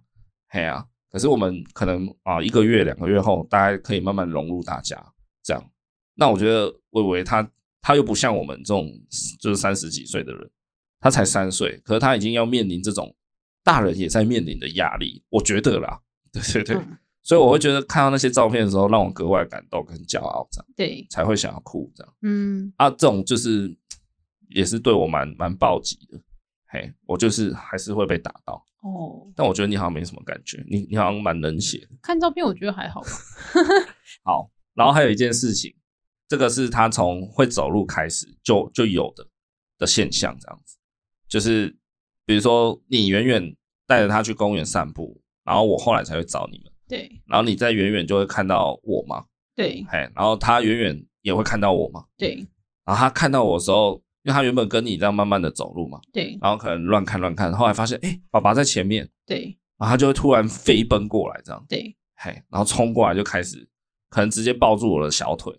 A: 嘿啊。可是我们可能啊一个月两个月后，大家可以慢慢融入大家这样。那我觉得伟伟他他又不像我们这种就是三十几岁的人，他才三岁，可是他已经要面临这种大人也在面临的压力，我觉得啦， 对对对。
B: 嗯
A: 所以我会觉得看到那些照片的时候，让我格外感动跟骄傲，这样
B: 对，
A: 才会想要哭这样。
B: 嗯，
A: 啊，这种就是也是对我蛮蛮暴击的，嘿，我就是还是会被打到，
B: 哦，
A: 但我觉得你好像没什么感觉，你你好像蛮冷血的。
B: 看照片我觉得还好吧，
A: 好，然后还有一件事情，这个是他从会走路开始就就有的的现象，这样子，就是比如说你远远带着他去公园散步，然后我后来才会找你们，
B: 对
A: 然后你在远远就会看到我嘛，
B: 对
A: 嘿，然后他远远也会看到我嘛，
B: 对
A: 然后他看到我的时候，因为他原本跟你这样慢慢的走路嘛，
B: 对
A: 然后可能乱看乱看，后来发现哎、诶爸爸在前面，
B: 对
A: 然后他就会突然飞奔过来这样，
B: 对
A: 嘿，然后冲过来就开始可能直接抱住我的小腿，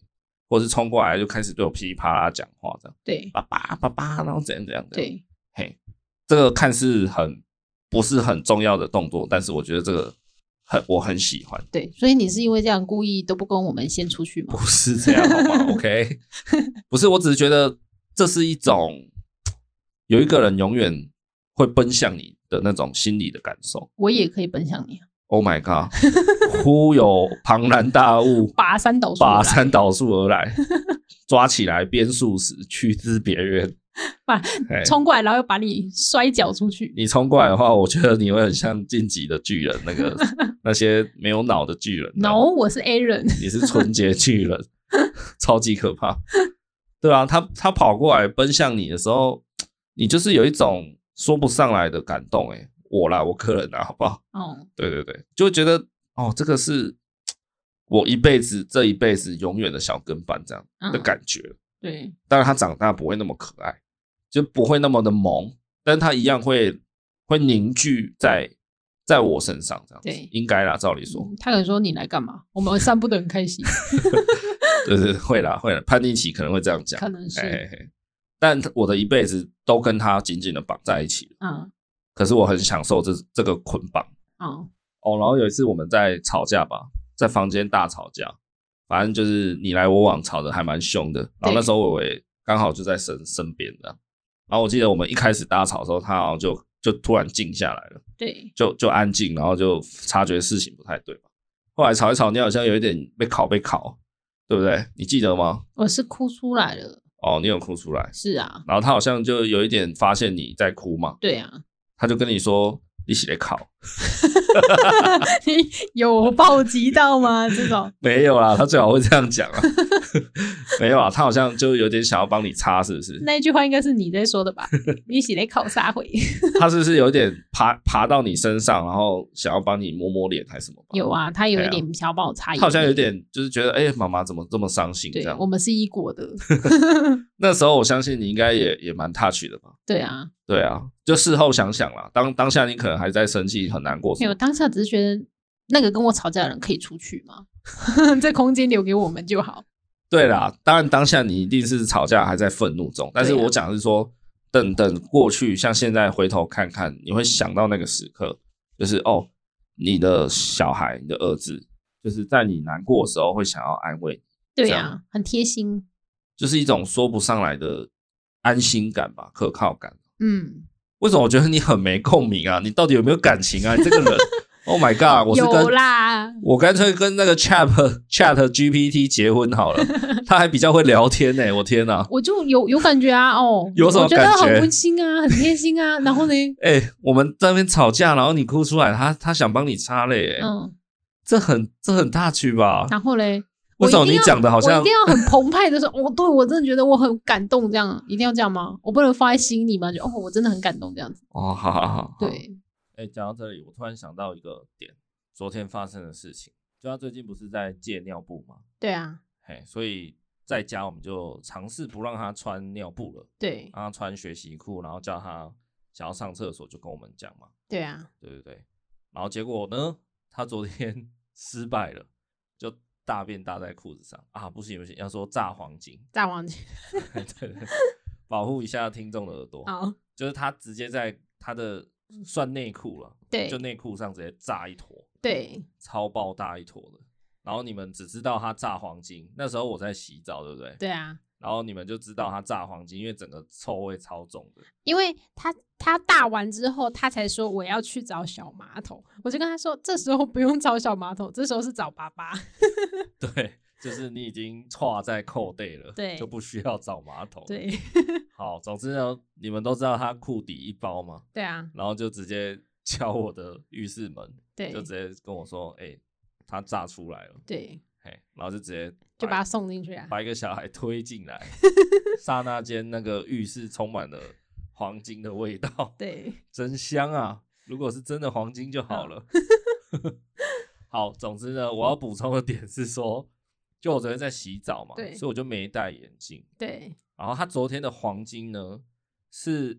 A: 或是冲过来就开始对我噼里啪啦讲话这样，
B: 对
A: 爸爸爸爸，然后怎样怎样怎样，
B: 对，
A: 嘿，这个看似很不是很重要的动作，但是我觉得这个很我很喜欢。
B: 对，所以你是因为这样故意都不跟我们先出去吗
A: 不？是这样好 吗？OK，不是，我只是觉得这是一种有一个人永远会奔向你的那种心理的感受。
B: 我也可以奔向你啊，
A: Oh my god！忽有庞然大物，
B: 拔山倒树
A: 拔
B: 来，
A: 山倒树而 来，抓起来鞭数十，去之别院。
B: 把
A: 哎
B: 冲过来，然后又把你摔脚出去。
A: 你冲过来的话，我觉得你会很像晋级的巨人，那 个那些没有脑的巨人。啊
B: No，我是 Aaron，
A: 你是纯洁巨人， 超级可怕。对啊，他他跑过来奔向你的时候，你就是有一种说不上来的感动、欸。诶，我啦，我个人啦，好不好？
B: 哦，
A: 对对对，就会觉得哦，这个是我一辈子这一辈子永远的小跟班这样的
B: 嗯
A: 感觉。
B: 对
A: 当然，他长大不会那么可爱，就不会那么的萌，但他一样会会凝聚在在我身上这样子。
B: 对
A: 应该啦，照理说。
B: 嗯他可能说你来干嘛？我们散步的很开心，
A: 对对，对会啦会啦，叛逆期可能会这样哎讲，
B: 可能是
A: 嘿嘿嘿但我的一辈子都跟他紧紧的绑在一起了，
B: 嗯
A: 可是我很享受这这个捆绑
B: 嗯
A: 哦。然后有一次我们在吵架吧，在房间大吵架，反正就是你来我往，吵得还蛮凶的。然后那时候伟伟刚好就在身身边的，然后我记得我们一开始大吵的时候，他好像就就突然静下来了。
B: 对
A: 就就安静，然后就察觉事情不太对嘛。后来吵一吵，你好像有一点被考被考，对不对？你记得吗？
B: 我是哭出来了，
A: 哦，你有哭出来，
B: 是啊，
A: 然后他好像就有一点发现你在哭嘛，
B: 对 啊，
A: 他就跟你说一起来考，
B: 有暴击到吗？这种
A: 没有啦，他最好会这样讲啊， 没有啊，他好像就有点想要帮你擦，是不是？
B: 那一句话应该是你在说 的吧？你洗来考啥回？
A: 他是不是有点爬爬到你身上，然后想要帮你摸摸脸还是什么吧？
B: 有啊，他有
A: 对
B: 一
A: 啊
B: 点想要帮我擦眼
A: 他好像有
B: 泪
A: 点就是觉得，哎、妈妈怎么这么伤心这
B: 对
A: 样
B: 我？们是一国的，
A: 那时候我相信你应该也也蛮 touch 的吧？
B: 对啊，
A: 对啊，就事后想想啦，当当下你可能还在生气，很难过什
B: 没有，
A: 么。
B: 当下只是觉得那个跟我吵架的人可以出去吗？ 这空间留给我们就好。
A: 对啦，当然当下你一定是吵架还在愤怒中，但是
B: 对啊
A: 我讲的是说，等等过去，像现在回头看看，你会想到那个时刻，就是哦，你的小孩，你的儿子，就是在你难过的时候会想要安慰你，
B: 对
A: 这
B: 啊，很贴心。
A: 就是一种说不上来的安心感吧，可靠感。
B: 嗯，
A: 为什么我觉得你很没共鸣啊？你到底有没有感情啊？你这个 人，Oh my god！我是跟
B: 有啦，
A: 我干脆跟那个 Chat Chat GPT 结婚好 了，他还比较会聊天呢、我天哪、
B: 我就有有感觉啊，哦，
A: 有什么
B: 我觉得
A: 感觉
B: 很温馨啊，很贴 心啊。然后呢，
A: 哎、我们在那边吵架，然后你哭出来，他他想帮你擦泪、欸，
B: 嗯，
A: 这很这很大区吧？
B: 然后嘞，我
A: 为什么
B: 一定
A: 你
B: 要
A: 讲的好
B: 我
A: 像
B: 一定要很澎湃的说，哦，对我真的觉得我很感动，这样一定要这样吗？我不能放在心里吗？就哦，我真的很感动这样子。
A: 哦，好好好，好
B: 对，
A: 哎、讲到这里，我突然想到一个点，昨天发生的事情，就他最近不是在戒尿布吗？
B: 对啊，
A: 嘿，所以在家我们就尝试不让他穿尿布了，
B: 对，
A: 让他穿学习裤，然后叫他想要上厕所就跟我们讲嘛，
B: 对啊，
A: 对对对。然后结果呢，他昨天 失败了，就大便搭在裤子上啊，不行不行，要说炸黄金，
B: 大王姐，
A: 对对对，保护一下听众的耳朵，
B: 好，
A: 就是他直接在他的算内裤了，
B: 对
A: 就内裤上直接炸一坨，
B: 对，
A: 超爆大一坨的。然后你们只知道他炸黄金，那时候我在洗澡，对不对？
B: 对啊，
A: 然后你们就知道他炸黄金，因为整个臭味超重的。
B: 因为他他大完之后，他才说我要去找小马桶，我就跟他说，这时候不用找小马桶，这时候是找爸爸。
A: 哦对，就是你已经跨在扣队了，
B: 对
A: 就不需要找马桶。，
B: 对，
A: 好，总之呢，你们都知道他裤底一包嘛，
B: 对啊，
A: 然后就直接 敲我的浴室门，
B: 对
A: 就，直接跟我说：“哎、他炸出来了。
B: 对，”
A: 嘿，然后就直接
B: 就
A: 把
B: 把他送进去啊。
A: 把一个小孩 推进 来，刹那间那个浴室充满了黄金的味道，
B: 对，
A: 真香啊！如果是真的黄金就好了。
B: 嗯
A: 好，总之呢，我要补充的点是说，就我昨天在洗澡嘛，
B: 对
A: 所以我就没戴眼镜。
B: 对，
A: 然后他昨天的黄金呢 是，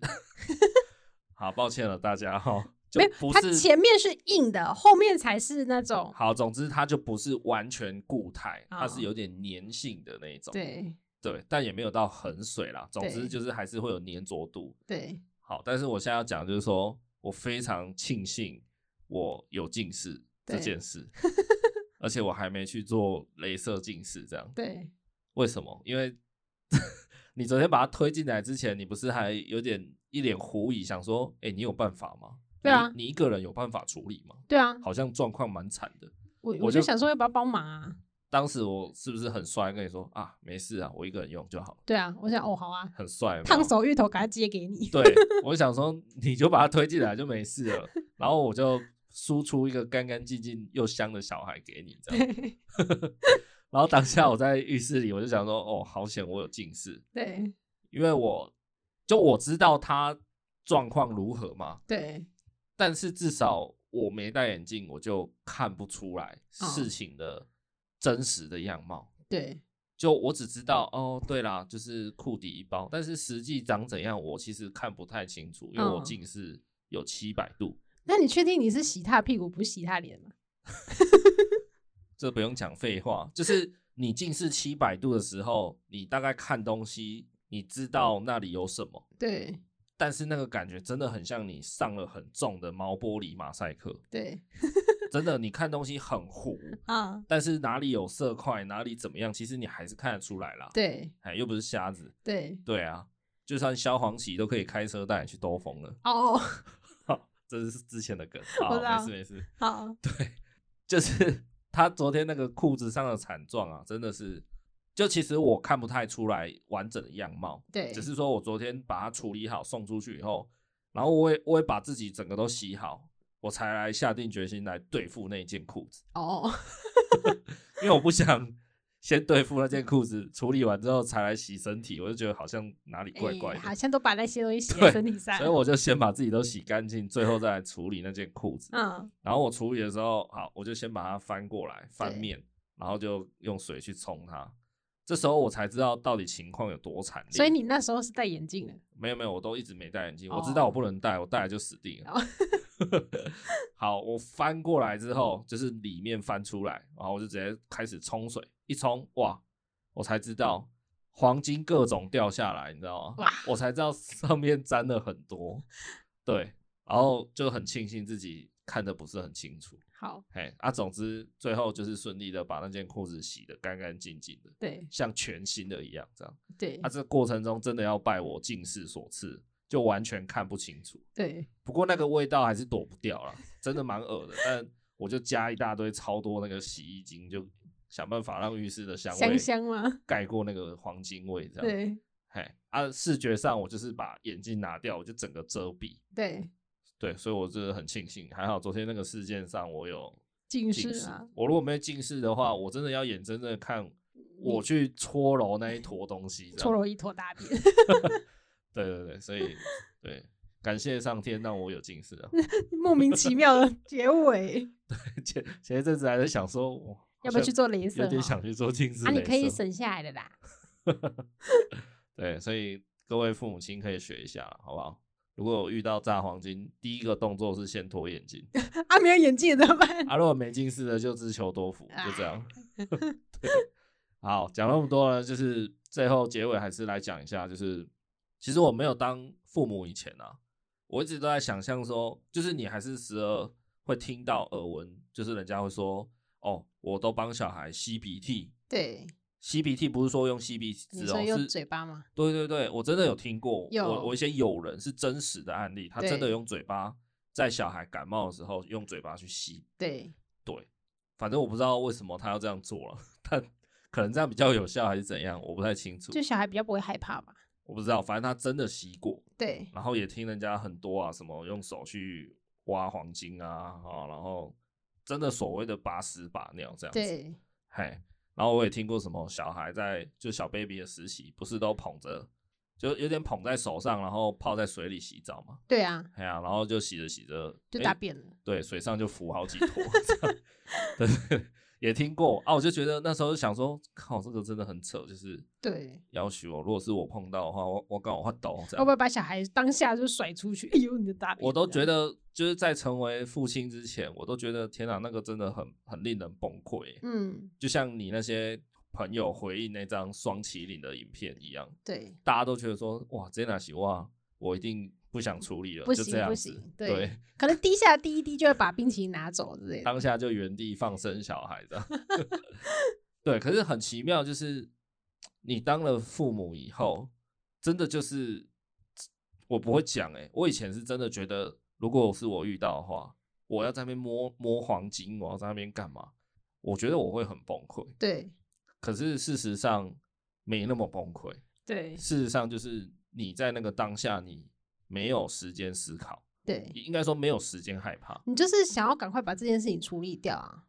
A: 好抱歉了大家哈、就
B: 没有，
A: 不
B: 它
A: 是
B: 前面是硬的，后面才是那种。
A: 好，总之它就不是完全固态，它
B: 哦
A: 是有点粘性的那一种。
B: 对
A: 对，但也没有到很水啦。总之
B: 对
A: 就是还是会有粘着度。
B: 对
A: 好，但是我现在要讲就是说，我非常庆幸我有近视这
B: 对
A: 件事，而且我还没去做镭射近视，这样
B: 对
A: 为什么？因为 你昨天把它推进来之前，你不是还有点一脸狐疑，想说，哎、你有办法吗？
B: 对啊
A: 你，你一个人有办法处理吗？
B: 对啊，
A: 好像状况蛮惨的。
B: 我
A: 我
B: 我就
A: 就
B: 想说要不要帮忙啊？
A: 当时我是不是很帅？跟你说啊，没事啊，我一个人用就好，
B: 对啊，我想哦好啊，
A: 很帅。有没有
B: 烫手芋头给他接 给你。
A: 对，我想说你就把它推进来就没事了，然后我就输出一个干干净净又香的小孩给你，这样。
B: 对
A: 然后当下我在浴室里，我就想说，哦，好险我有近视，
B: 对
A: 因为我就我知道他状况如何嘛，
B: 对
A: 但是至少我没戴眼镜，我就看不出来事情的真实的样貌。
B: 对
A: 就我只知道哦，对啦，就是裤底一包，但是实际长怎样，我其实看不太清楚，因为我
B: 嗯
A: 近视有七百度，
B: 那你确定你是洗他屁股不洗他脸吗？
A: 这不用讲废话，就是你近视七百度的时候，你大概看东西，你知道那里有什么，
B: 对
A: 但是那个感觉真的很像你上了很重的毛玻璃马赛克，
B: 对
A: 真的你看东西很糊，
B: 啊，
A: 但是哪里有色块，哪里怎么样，其实你还是看得出来啦。
B: 对
A: 哎，又不是瞎子，
B: 对
A: 对啊，就算萧煌奇都可以开车带你去兜风了，
B: 哦，
A: 这是之前的梗，
B: 我
A: 好，
B: 知道
A: 没事没事，
B: 好
A: 就是 他昨天那个裤子上的惨状啊，真的是，就其实我看不太出来完整的样貌，
B: 对
A: 只是说我昨天把它处理好送出去以后，然后我也我也把自己整个都洗好，我才来下定决心来对付那件裤子，
B: 哦，
A: 因为我不想先对付那件裤子，处理完之后才来洗身体，我就觉得好像哪里 怪怪
B: 哎
A: 的，
B: 好像都把那些东西洗
A: 对
B: 在身体上
A: 所以。我就先把自己都洗干净，最后再来处理那件裤子。
B: 嗯，
A: 然后我处理的时候，好，我就先把它翻过来翻面，然后就用水去冲它。这时候我才知道到底情况有多惨烈。
B: 所以你那时候是戴眼镜的。
A: 没有没有，我都一直没戴眼镜，
B: 哦
A: 我知道我不能戴，我戴了就死定了。
B: 哦
A: 好，我翻过来之
B: 嗯
A: 后，就是里面翻出来，然后我就直接开始冲水，一冲，哇，我才知道黄金各种掉下来，你知道吗
B: 嗯哇？
A: 我才知道上面沾了很多，对，然后就很庆幸自己看的不是很清楚。
B: 好，
A: 嘿，啊，总之最后就是顺利的把那件裤子洗得干干净净的，
B: 对
A: 像全新的一样，这样。
B: 对
A: 啊，这过程中真的要拜我近视所赐，就完全看不清楚。
B: 对
A: 不过那个味道还是躲不掉了，真的蛮恶的。但我就加一大堆超多那个洗衣精，就想办法让浴室的香味
B: 香香吗？
A: 盖过那个黄金味，这样。，
B: 对
A: 嘿，啊，视觉上我就是把眼镜拿掉，我就整个遮蔽。
B: 对
A: 对，所以我真的很庆幸，还好昨天那个事件上我有
B: 近
A: 近
B: 视
A: 视
B: 啊，。嗯
A: 我如果没有近视的话，我真的要眼睁睁地看我去搓揉那一坨东西。这
B: 搓
A: 样
B: 揉一坨大便，
A: 对对对，所以对，感谢上天让我有近视啊。
B: 莫名其妙的结尾，
A: 前前一阵子还在想说，我
B: 要不要去做镭射
A: 有点
B: 哦？
A: 想去做近视、
B: 啊，你可以。省下来的啦。
A: 对，所以各位父母亲可以学一下，好不好？如果有遇到炸黄金，第一个动作是先脱眼镜
B: 啊，没有眼镜怎么 办？
A: 啊，如果没近视的就自求多福，就这
B: 啊
A: 样。 对，好，讲那么多呢，就是最后结尾还是来讲一下，就是其实我没有当父母以前啊，我一直都在想象说，就是你还是时而会听到耳闻，就是人家会说，哦，我都帮小孩吸鼻涕，
B: 对，
A: 吸鼻涕不是说用吸鼻
B: 你
A: 子哦，
B: 说用
A: 是
B: 嘴巴吗？
A: 对对对，我真的有听过，
B: 有
A: 我我一些友人是真实的案例，他
B: 对
A: 真的用嘴巴在小孩感冒的时候用嘴巴去吸。
B: 对，
A: 对，反正我不知道为什么他要这样做了，但可能这样比较有效还是怎样，我不太清楚
B: 就，小孩比较不会害怕吧？
A: 我不知道。反正他真的吸过，
B: 对，
A: 然后也听人家很多啊，什么用手去挖黄金啊，啊，然后真的所谓的把屎把尿这样子。
B: 对，
A: 嘿，然后我也听过什么小孩在就小 baby 的时期，不是都捧着，就有点捧在手上，然后泡在水里洗澡嘛，
B: 对啊，
A: 哎呀、然后就洗着洗着
B: 就
A: 诶
B: 大便了。
A: 对，水上就浮好几坨，这样对对，对也听过啊，我就觉得那时候想说，靠，这个真的很扯，就是
B: 对，
A: 要许我，如果是我碰到的话，我我搞我会抖这
B: 要
A: 样，
B: 不要把小孩当下就甩出去？哎 呦，你的大便！
A: 我都觉得就是在成为父亲之前，我都觉得天哪，那个真的很很令人崩溃，
B: 这样，嗯，
A: 就像你那些朋友回忆那张双麒麟的影片一样，
B: 对，
A: 大家都觉得说，哇，这哪行哇，我一定不想处理了，
B: 不
A: 就这
B: 行
A: 样
B: 不
A: 子
B: 行，，
A: 对，
B: 可能滴下第一滴就会把冰淇淋拿走之类的。
A: 当下就原地放生小孩的， 对，可是很奇妙，就是你当了父母以后，真的就是我不会讲诶、我以前是真的觉得，如果是我遇到的话，我要在那边摸摸黄金，我要在那边干嘛？我觉得我会很崩溃，
B: 对
A: 可是事实上没那么崩溃。
B: 对
A: 事实上，就是你在那个当下，你没有时间思考，
B: 对，
A: 应该说没有时间害怕。
B: 你就是想要赶快把这件事情处理掉啊。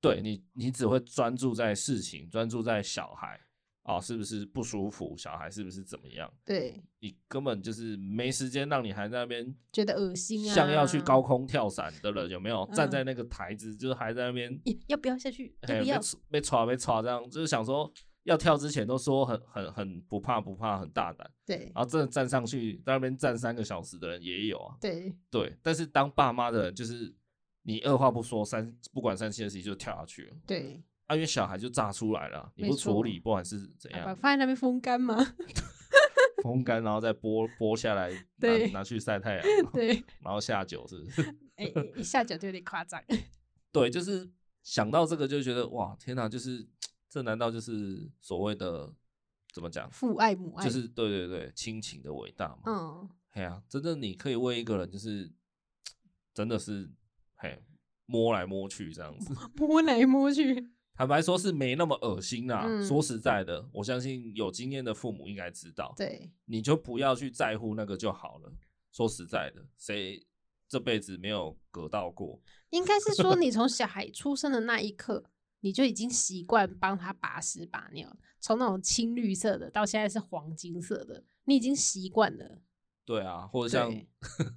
A: 对你，你只会专注在事情，专注在小孩啊，是不是不舒服？小孩是不是怎么样？
B: 对，
A: 你根本就是没时间让你还在那边
B: 觉得恶心啊，
A: 像要去高空跳伞的人有没有？
B: 嗯
A: 站在那个台子，就是还在那边
B: 要要不要下去？要
A: 哎，
B: 不要
A: 被？被抓被抓，这样就是想说要跳之前都说很很很不怕不怕，很大胆。
B: 对
A: 然后真的站上去，在那边站三个小时的人也有啊。
B: 对
A: 对，但是当爸妈的人，就是你二话不说，三不管三七二十一就跳下去了。
B: 对，
A: 啊，因为小孩就炸出来了，你
B: 没
A: 不
B: 错
A: 处理，不管是怎
B: 啊把
A: 样
B: 放在那边风干吗？
A: 风干，然后再剥剥下来，拿
B: 对
A: 拿去晒太阳，
B: 对，
A: 然后下酒是不是？
B: 哎，一下脚就有点夸张。
A: 对，就是想到这个就觉得哇，天哪，就是这难道就是所谓的怎么讲？
B: 父爱母爱，
A: 就是对对对，亲情的伟大嘛。
B: 嗯，
A: 嘿啊，真正你可以为一个人，就是真的是嘿摸来摸去这 样子。
B: 摸来摸去，
A: 坦白说，是没那么恶心啦、
B: 嗯
A: 说实在的，我相信有经验的父母应该知道，
B: 对
A: 你就不要去在乎那个就好了。说实在的，谁这辈子没有隔到过？
B: 应该是说你从小孩出生的那一刻，你就已经习惯帮他把屎把尿，从那种青绿色的到现在是黄金色的，你已经习惯了。
A: 对啊，或者像
B: 对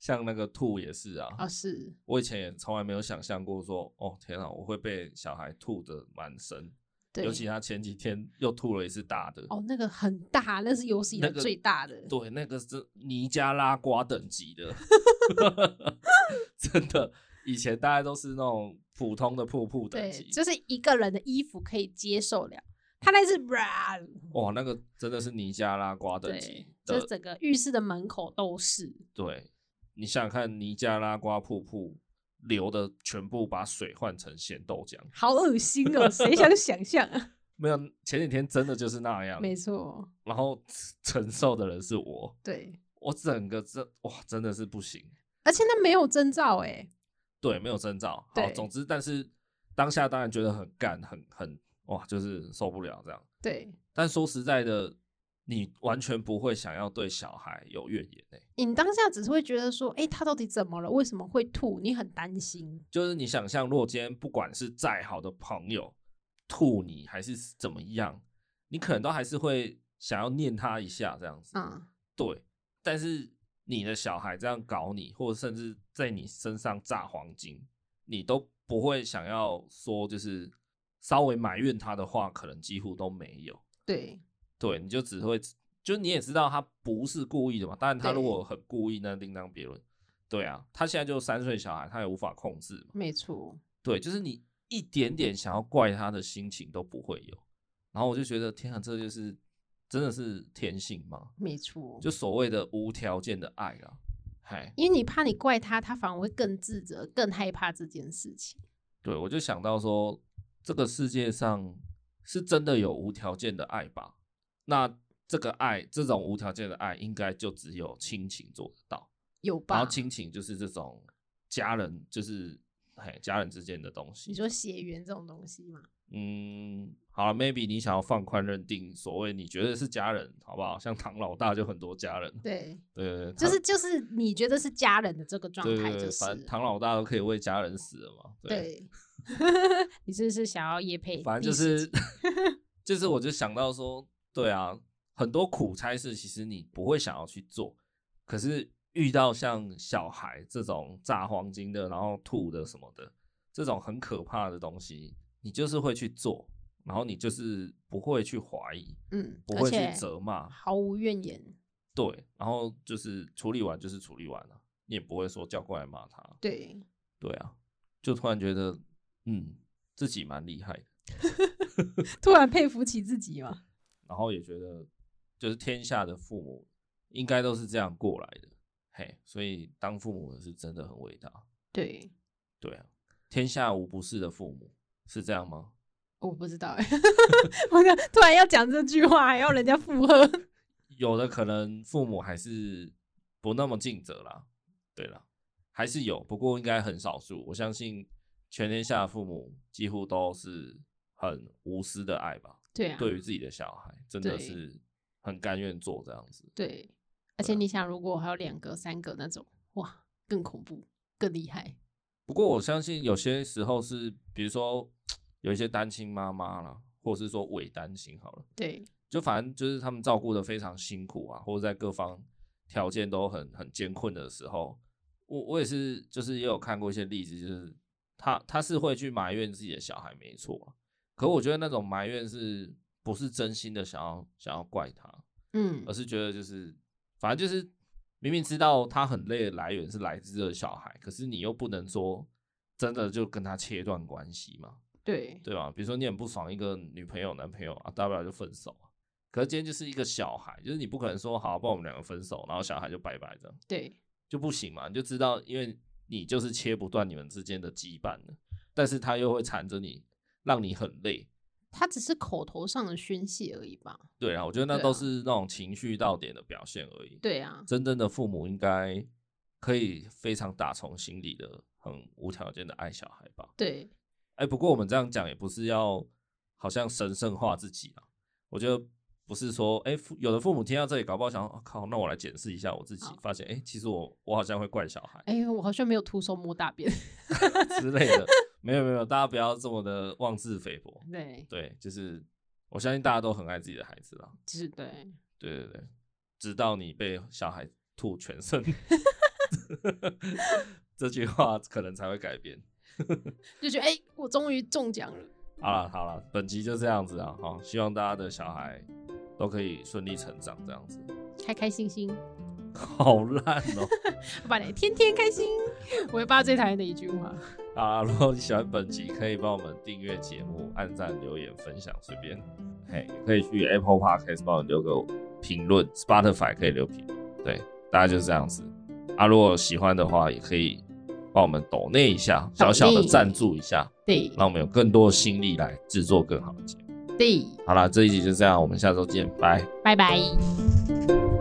A: 像那个吐也是啊，
B: 哦，是，
A: 我以前也从来没有想象过说，哦天啊，我会被小孩吐的满身，
B: 对，
A: 尤其他前几天又吐了一次大的。
B: 哦，那个很大，那是有史以来
A: 那个
B: 最大的。
A: 对，那个是尼加拉瓜等级 的，真的。以前大家都是那种普通的瀑布等
B: 对，
A: 级，
B: 就是一个人的衣服可以接受了，他那是哇，
A: 哇，那个真的是尼加拉瓜等级
B: 对，
A: 的
B: 就。整个浴室的门口都是，
A: 对，你想想看，尼加拉瓜瀑布流的全部把水换成咸豆浆，
B: 好恶心哦，谁想想象啊？
A: 没有前几天真的就是那样。
B: 没错，
A: 然后承受的人是我，
B: 对，
A: 我整个这哇真的是不行。
B: 而且那没有征兆哎、
A: 对，没有征兆。好，
B: 对
A: 总之，但是当下当然觉得很干，很很哇，就是受不了这样。
B: 对
A: 但说实在的，你完全不会想要对小孩有怨言欸诶、
B: 你当下只是会觉得说，哎、他到底怎么了？为什么会吐？你很担心。
A: 就是你想象，若今天不管是再好的朋友吐你还是怎么样，你可能都还是会想要念他一下这样子。
B: 啊、
A: 对，但是你的小孩这样搞你，或者甚至在你身上炸黄金，你都不会想要说，就是稍微埋怨他的话，可能几乎都没有。
B: 对，
A: 对，你就只会，就你也知道他不是故意的嘛。当然，他
B: 对
A: 如果很故意，那另当别论。对啊，他现在就三岁小孩，他也无法控制嘛。
B: 没错，
A: 对，就是你一点点想要怪他的心情都不会有。然后我就觉得，天啊，这就是真的是天性吗？
B: 没错。
A: 就所谓的无条件的爱啦。嗨，
B: 因为你怕你怪他，他反而会更自责、更害怕这件事情。
A: 对我就想到说，这个世界上是真的有无条件的爱吧？那这个爱，这种无条件的爱，应该就只有亲情做得到。
B: 有
A: 然
B: 吧
A: 后？亲情就是这种家人，就是嘿家人之间的东西
B: 你。说血缘这种东西嘛？
A: 嗯，好了，maybe 你想要放宽认定，所谓你觉得是家人，好不好？像唐老大就很多家人，
B: 对，
A: 对对对，
B: 就是就是你觉得是家人的这个
A: 唐
B: 状
A: 对
B: 态，
A: 对
B: 就
A: 对，
B: 是
A: 反正唐老大都可以为家人死了嘛，
B: 对。 你是不是想要叶配？
A: 反正就是 就是，我就想到说，对啊，很多苦差事其实你不会想要去做，可是遇到像小孩这种炸黄金的，然后吐的什么的，这种很可怕的东西，你就是会去做，然后你就是不会去怀疑，
B: 嗯，
A: 不
B: 而
A: 会去
B: 且
A: 责骂，
B: 毫无怨言。
A: 对，然后就是处理完就是处理完了、你也不会说叫过来骂他，
B: 对，
A: 对啊，就突然觉得，嗯，自己蛮厉害的。
B: 突然佩服起自己嘛。
A: 然后也觉得就是天下的父母应该都是这样过来的，嘿，所以当父母的是真的很伟大，
B: 对，
A: 对啊，天下无不是的父母是这样吗？
B: 我不知道哎、 我就突然要讲这句话，还要人家附和。
A: 有的可能父母还是不那么尽责啦，对啦，还是有，不过应该很少数，我相信全天下的父母几乎都是很无私的爱吧，
B: 对啊，
A: 对于自己的小孩真的
B: 对
A: 是很甘愿做这样子，
B: 对，啊而且你想，如果还有两个、三个那种，哇，更恐怖，更厉害。
A: 不过我相信有些时候是，比如说有一些单亲妈妈啦，或者是说伪单亲好了，
B: 对，
A: 就反正就是他们照顾的非常辛苦啊，或者在各方条件都很很艰困的时候，我我也是就是也有看过一些例子，就是他他是会去埋怨自己的小孩没错啊，可我觉得那种埋怨是不是真心的想要想要怪他，
B: 嗯
A: 而，是觉得就是，反正就是明明知道他很累的来源是来自这个小孩，可是你又不能说真的就跟他切断关系嘛，
B: 对，
A: 对吧？比如说你很不爽一个女朋友、男朋友啊，大不了就分手啊。可是今天就是一个小孩，就是你不可能说好，不然我们两个分手，然后小孩就拜拜这样
B: 对，
A: 就不行嘛。你就知道，因为你就是切不断你们之间的羁绊了，但是他又会缠着你，让你很累。
B: 他只是口头上的宣泄而已吧？
A: 对啊，我觉得那
B: 对啊
A: 都是那种情绪到点的表现而已。
B: 对啊，
A: 真正的父母应该可以非常打从心里的、很无条件的爱小孩吧？
B: 对，
A: 哎、不过我们这样讲也不是要好像神圣化自己啊。我觉得不是说，哎、父有的父母听到这里，搞不好想，啊、靠，那我来检视一下我自己
B: 好，
A: 发现，哎、其实我我好像会怪小 孩
B: 哎、呦，我好像没有徒手摸大便。
A: 之类的。没有没有，大家不要这么的妄自菲薄。
B: 对，
A: 对，就是我相信大家都很爱自己的孩子啦。
B: 是，对，
A: 对对对，直到你被小孩吐全身， 这句话可能才会改变。
B: 就觉得哎、我终于中奖了。
A: 好了好了，本集就这样子啊，好、希望大家的小孩都可以顺利成长，这样子。
B: 开开心心，
A: 好烂哦、
B: 我把你天天开心，我会爸最讨厌的一句话。
A: 啊，如果你喜欢本集，可以帮我们订阅节目、按赞、留言、分享，随便。嘿，也可以去 Apple Podcast 帮我留个评论，Spotify 可以留评论。对，大家就是这样子。啊，如果喜欢的话，也可以帮我们抖内一下，小小的赞助一下，
B: 对
A: 让我们有更多的心力来制作更好的节目。
B: 对，
A: 好啦，这一集就这样，我们下周见，拜。
B: 拜拜。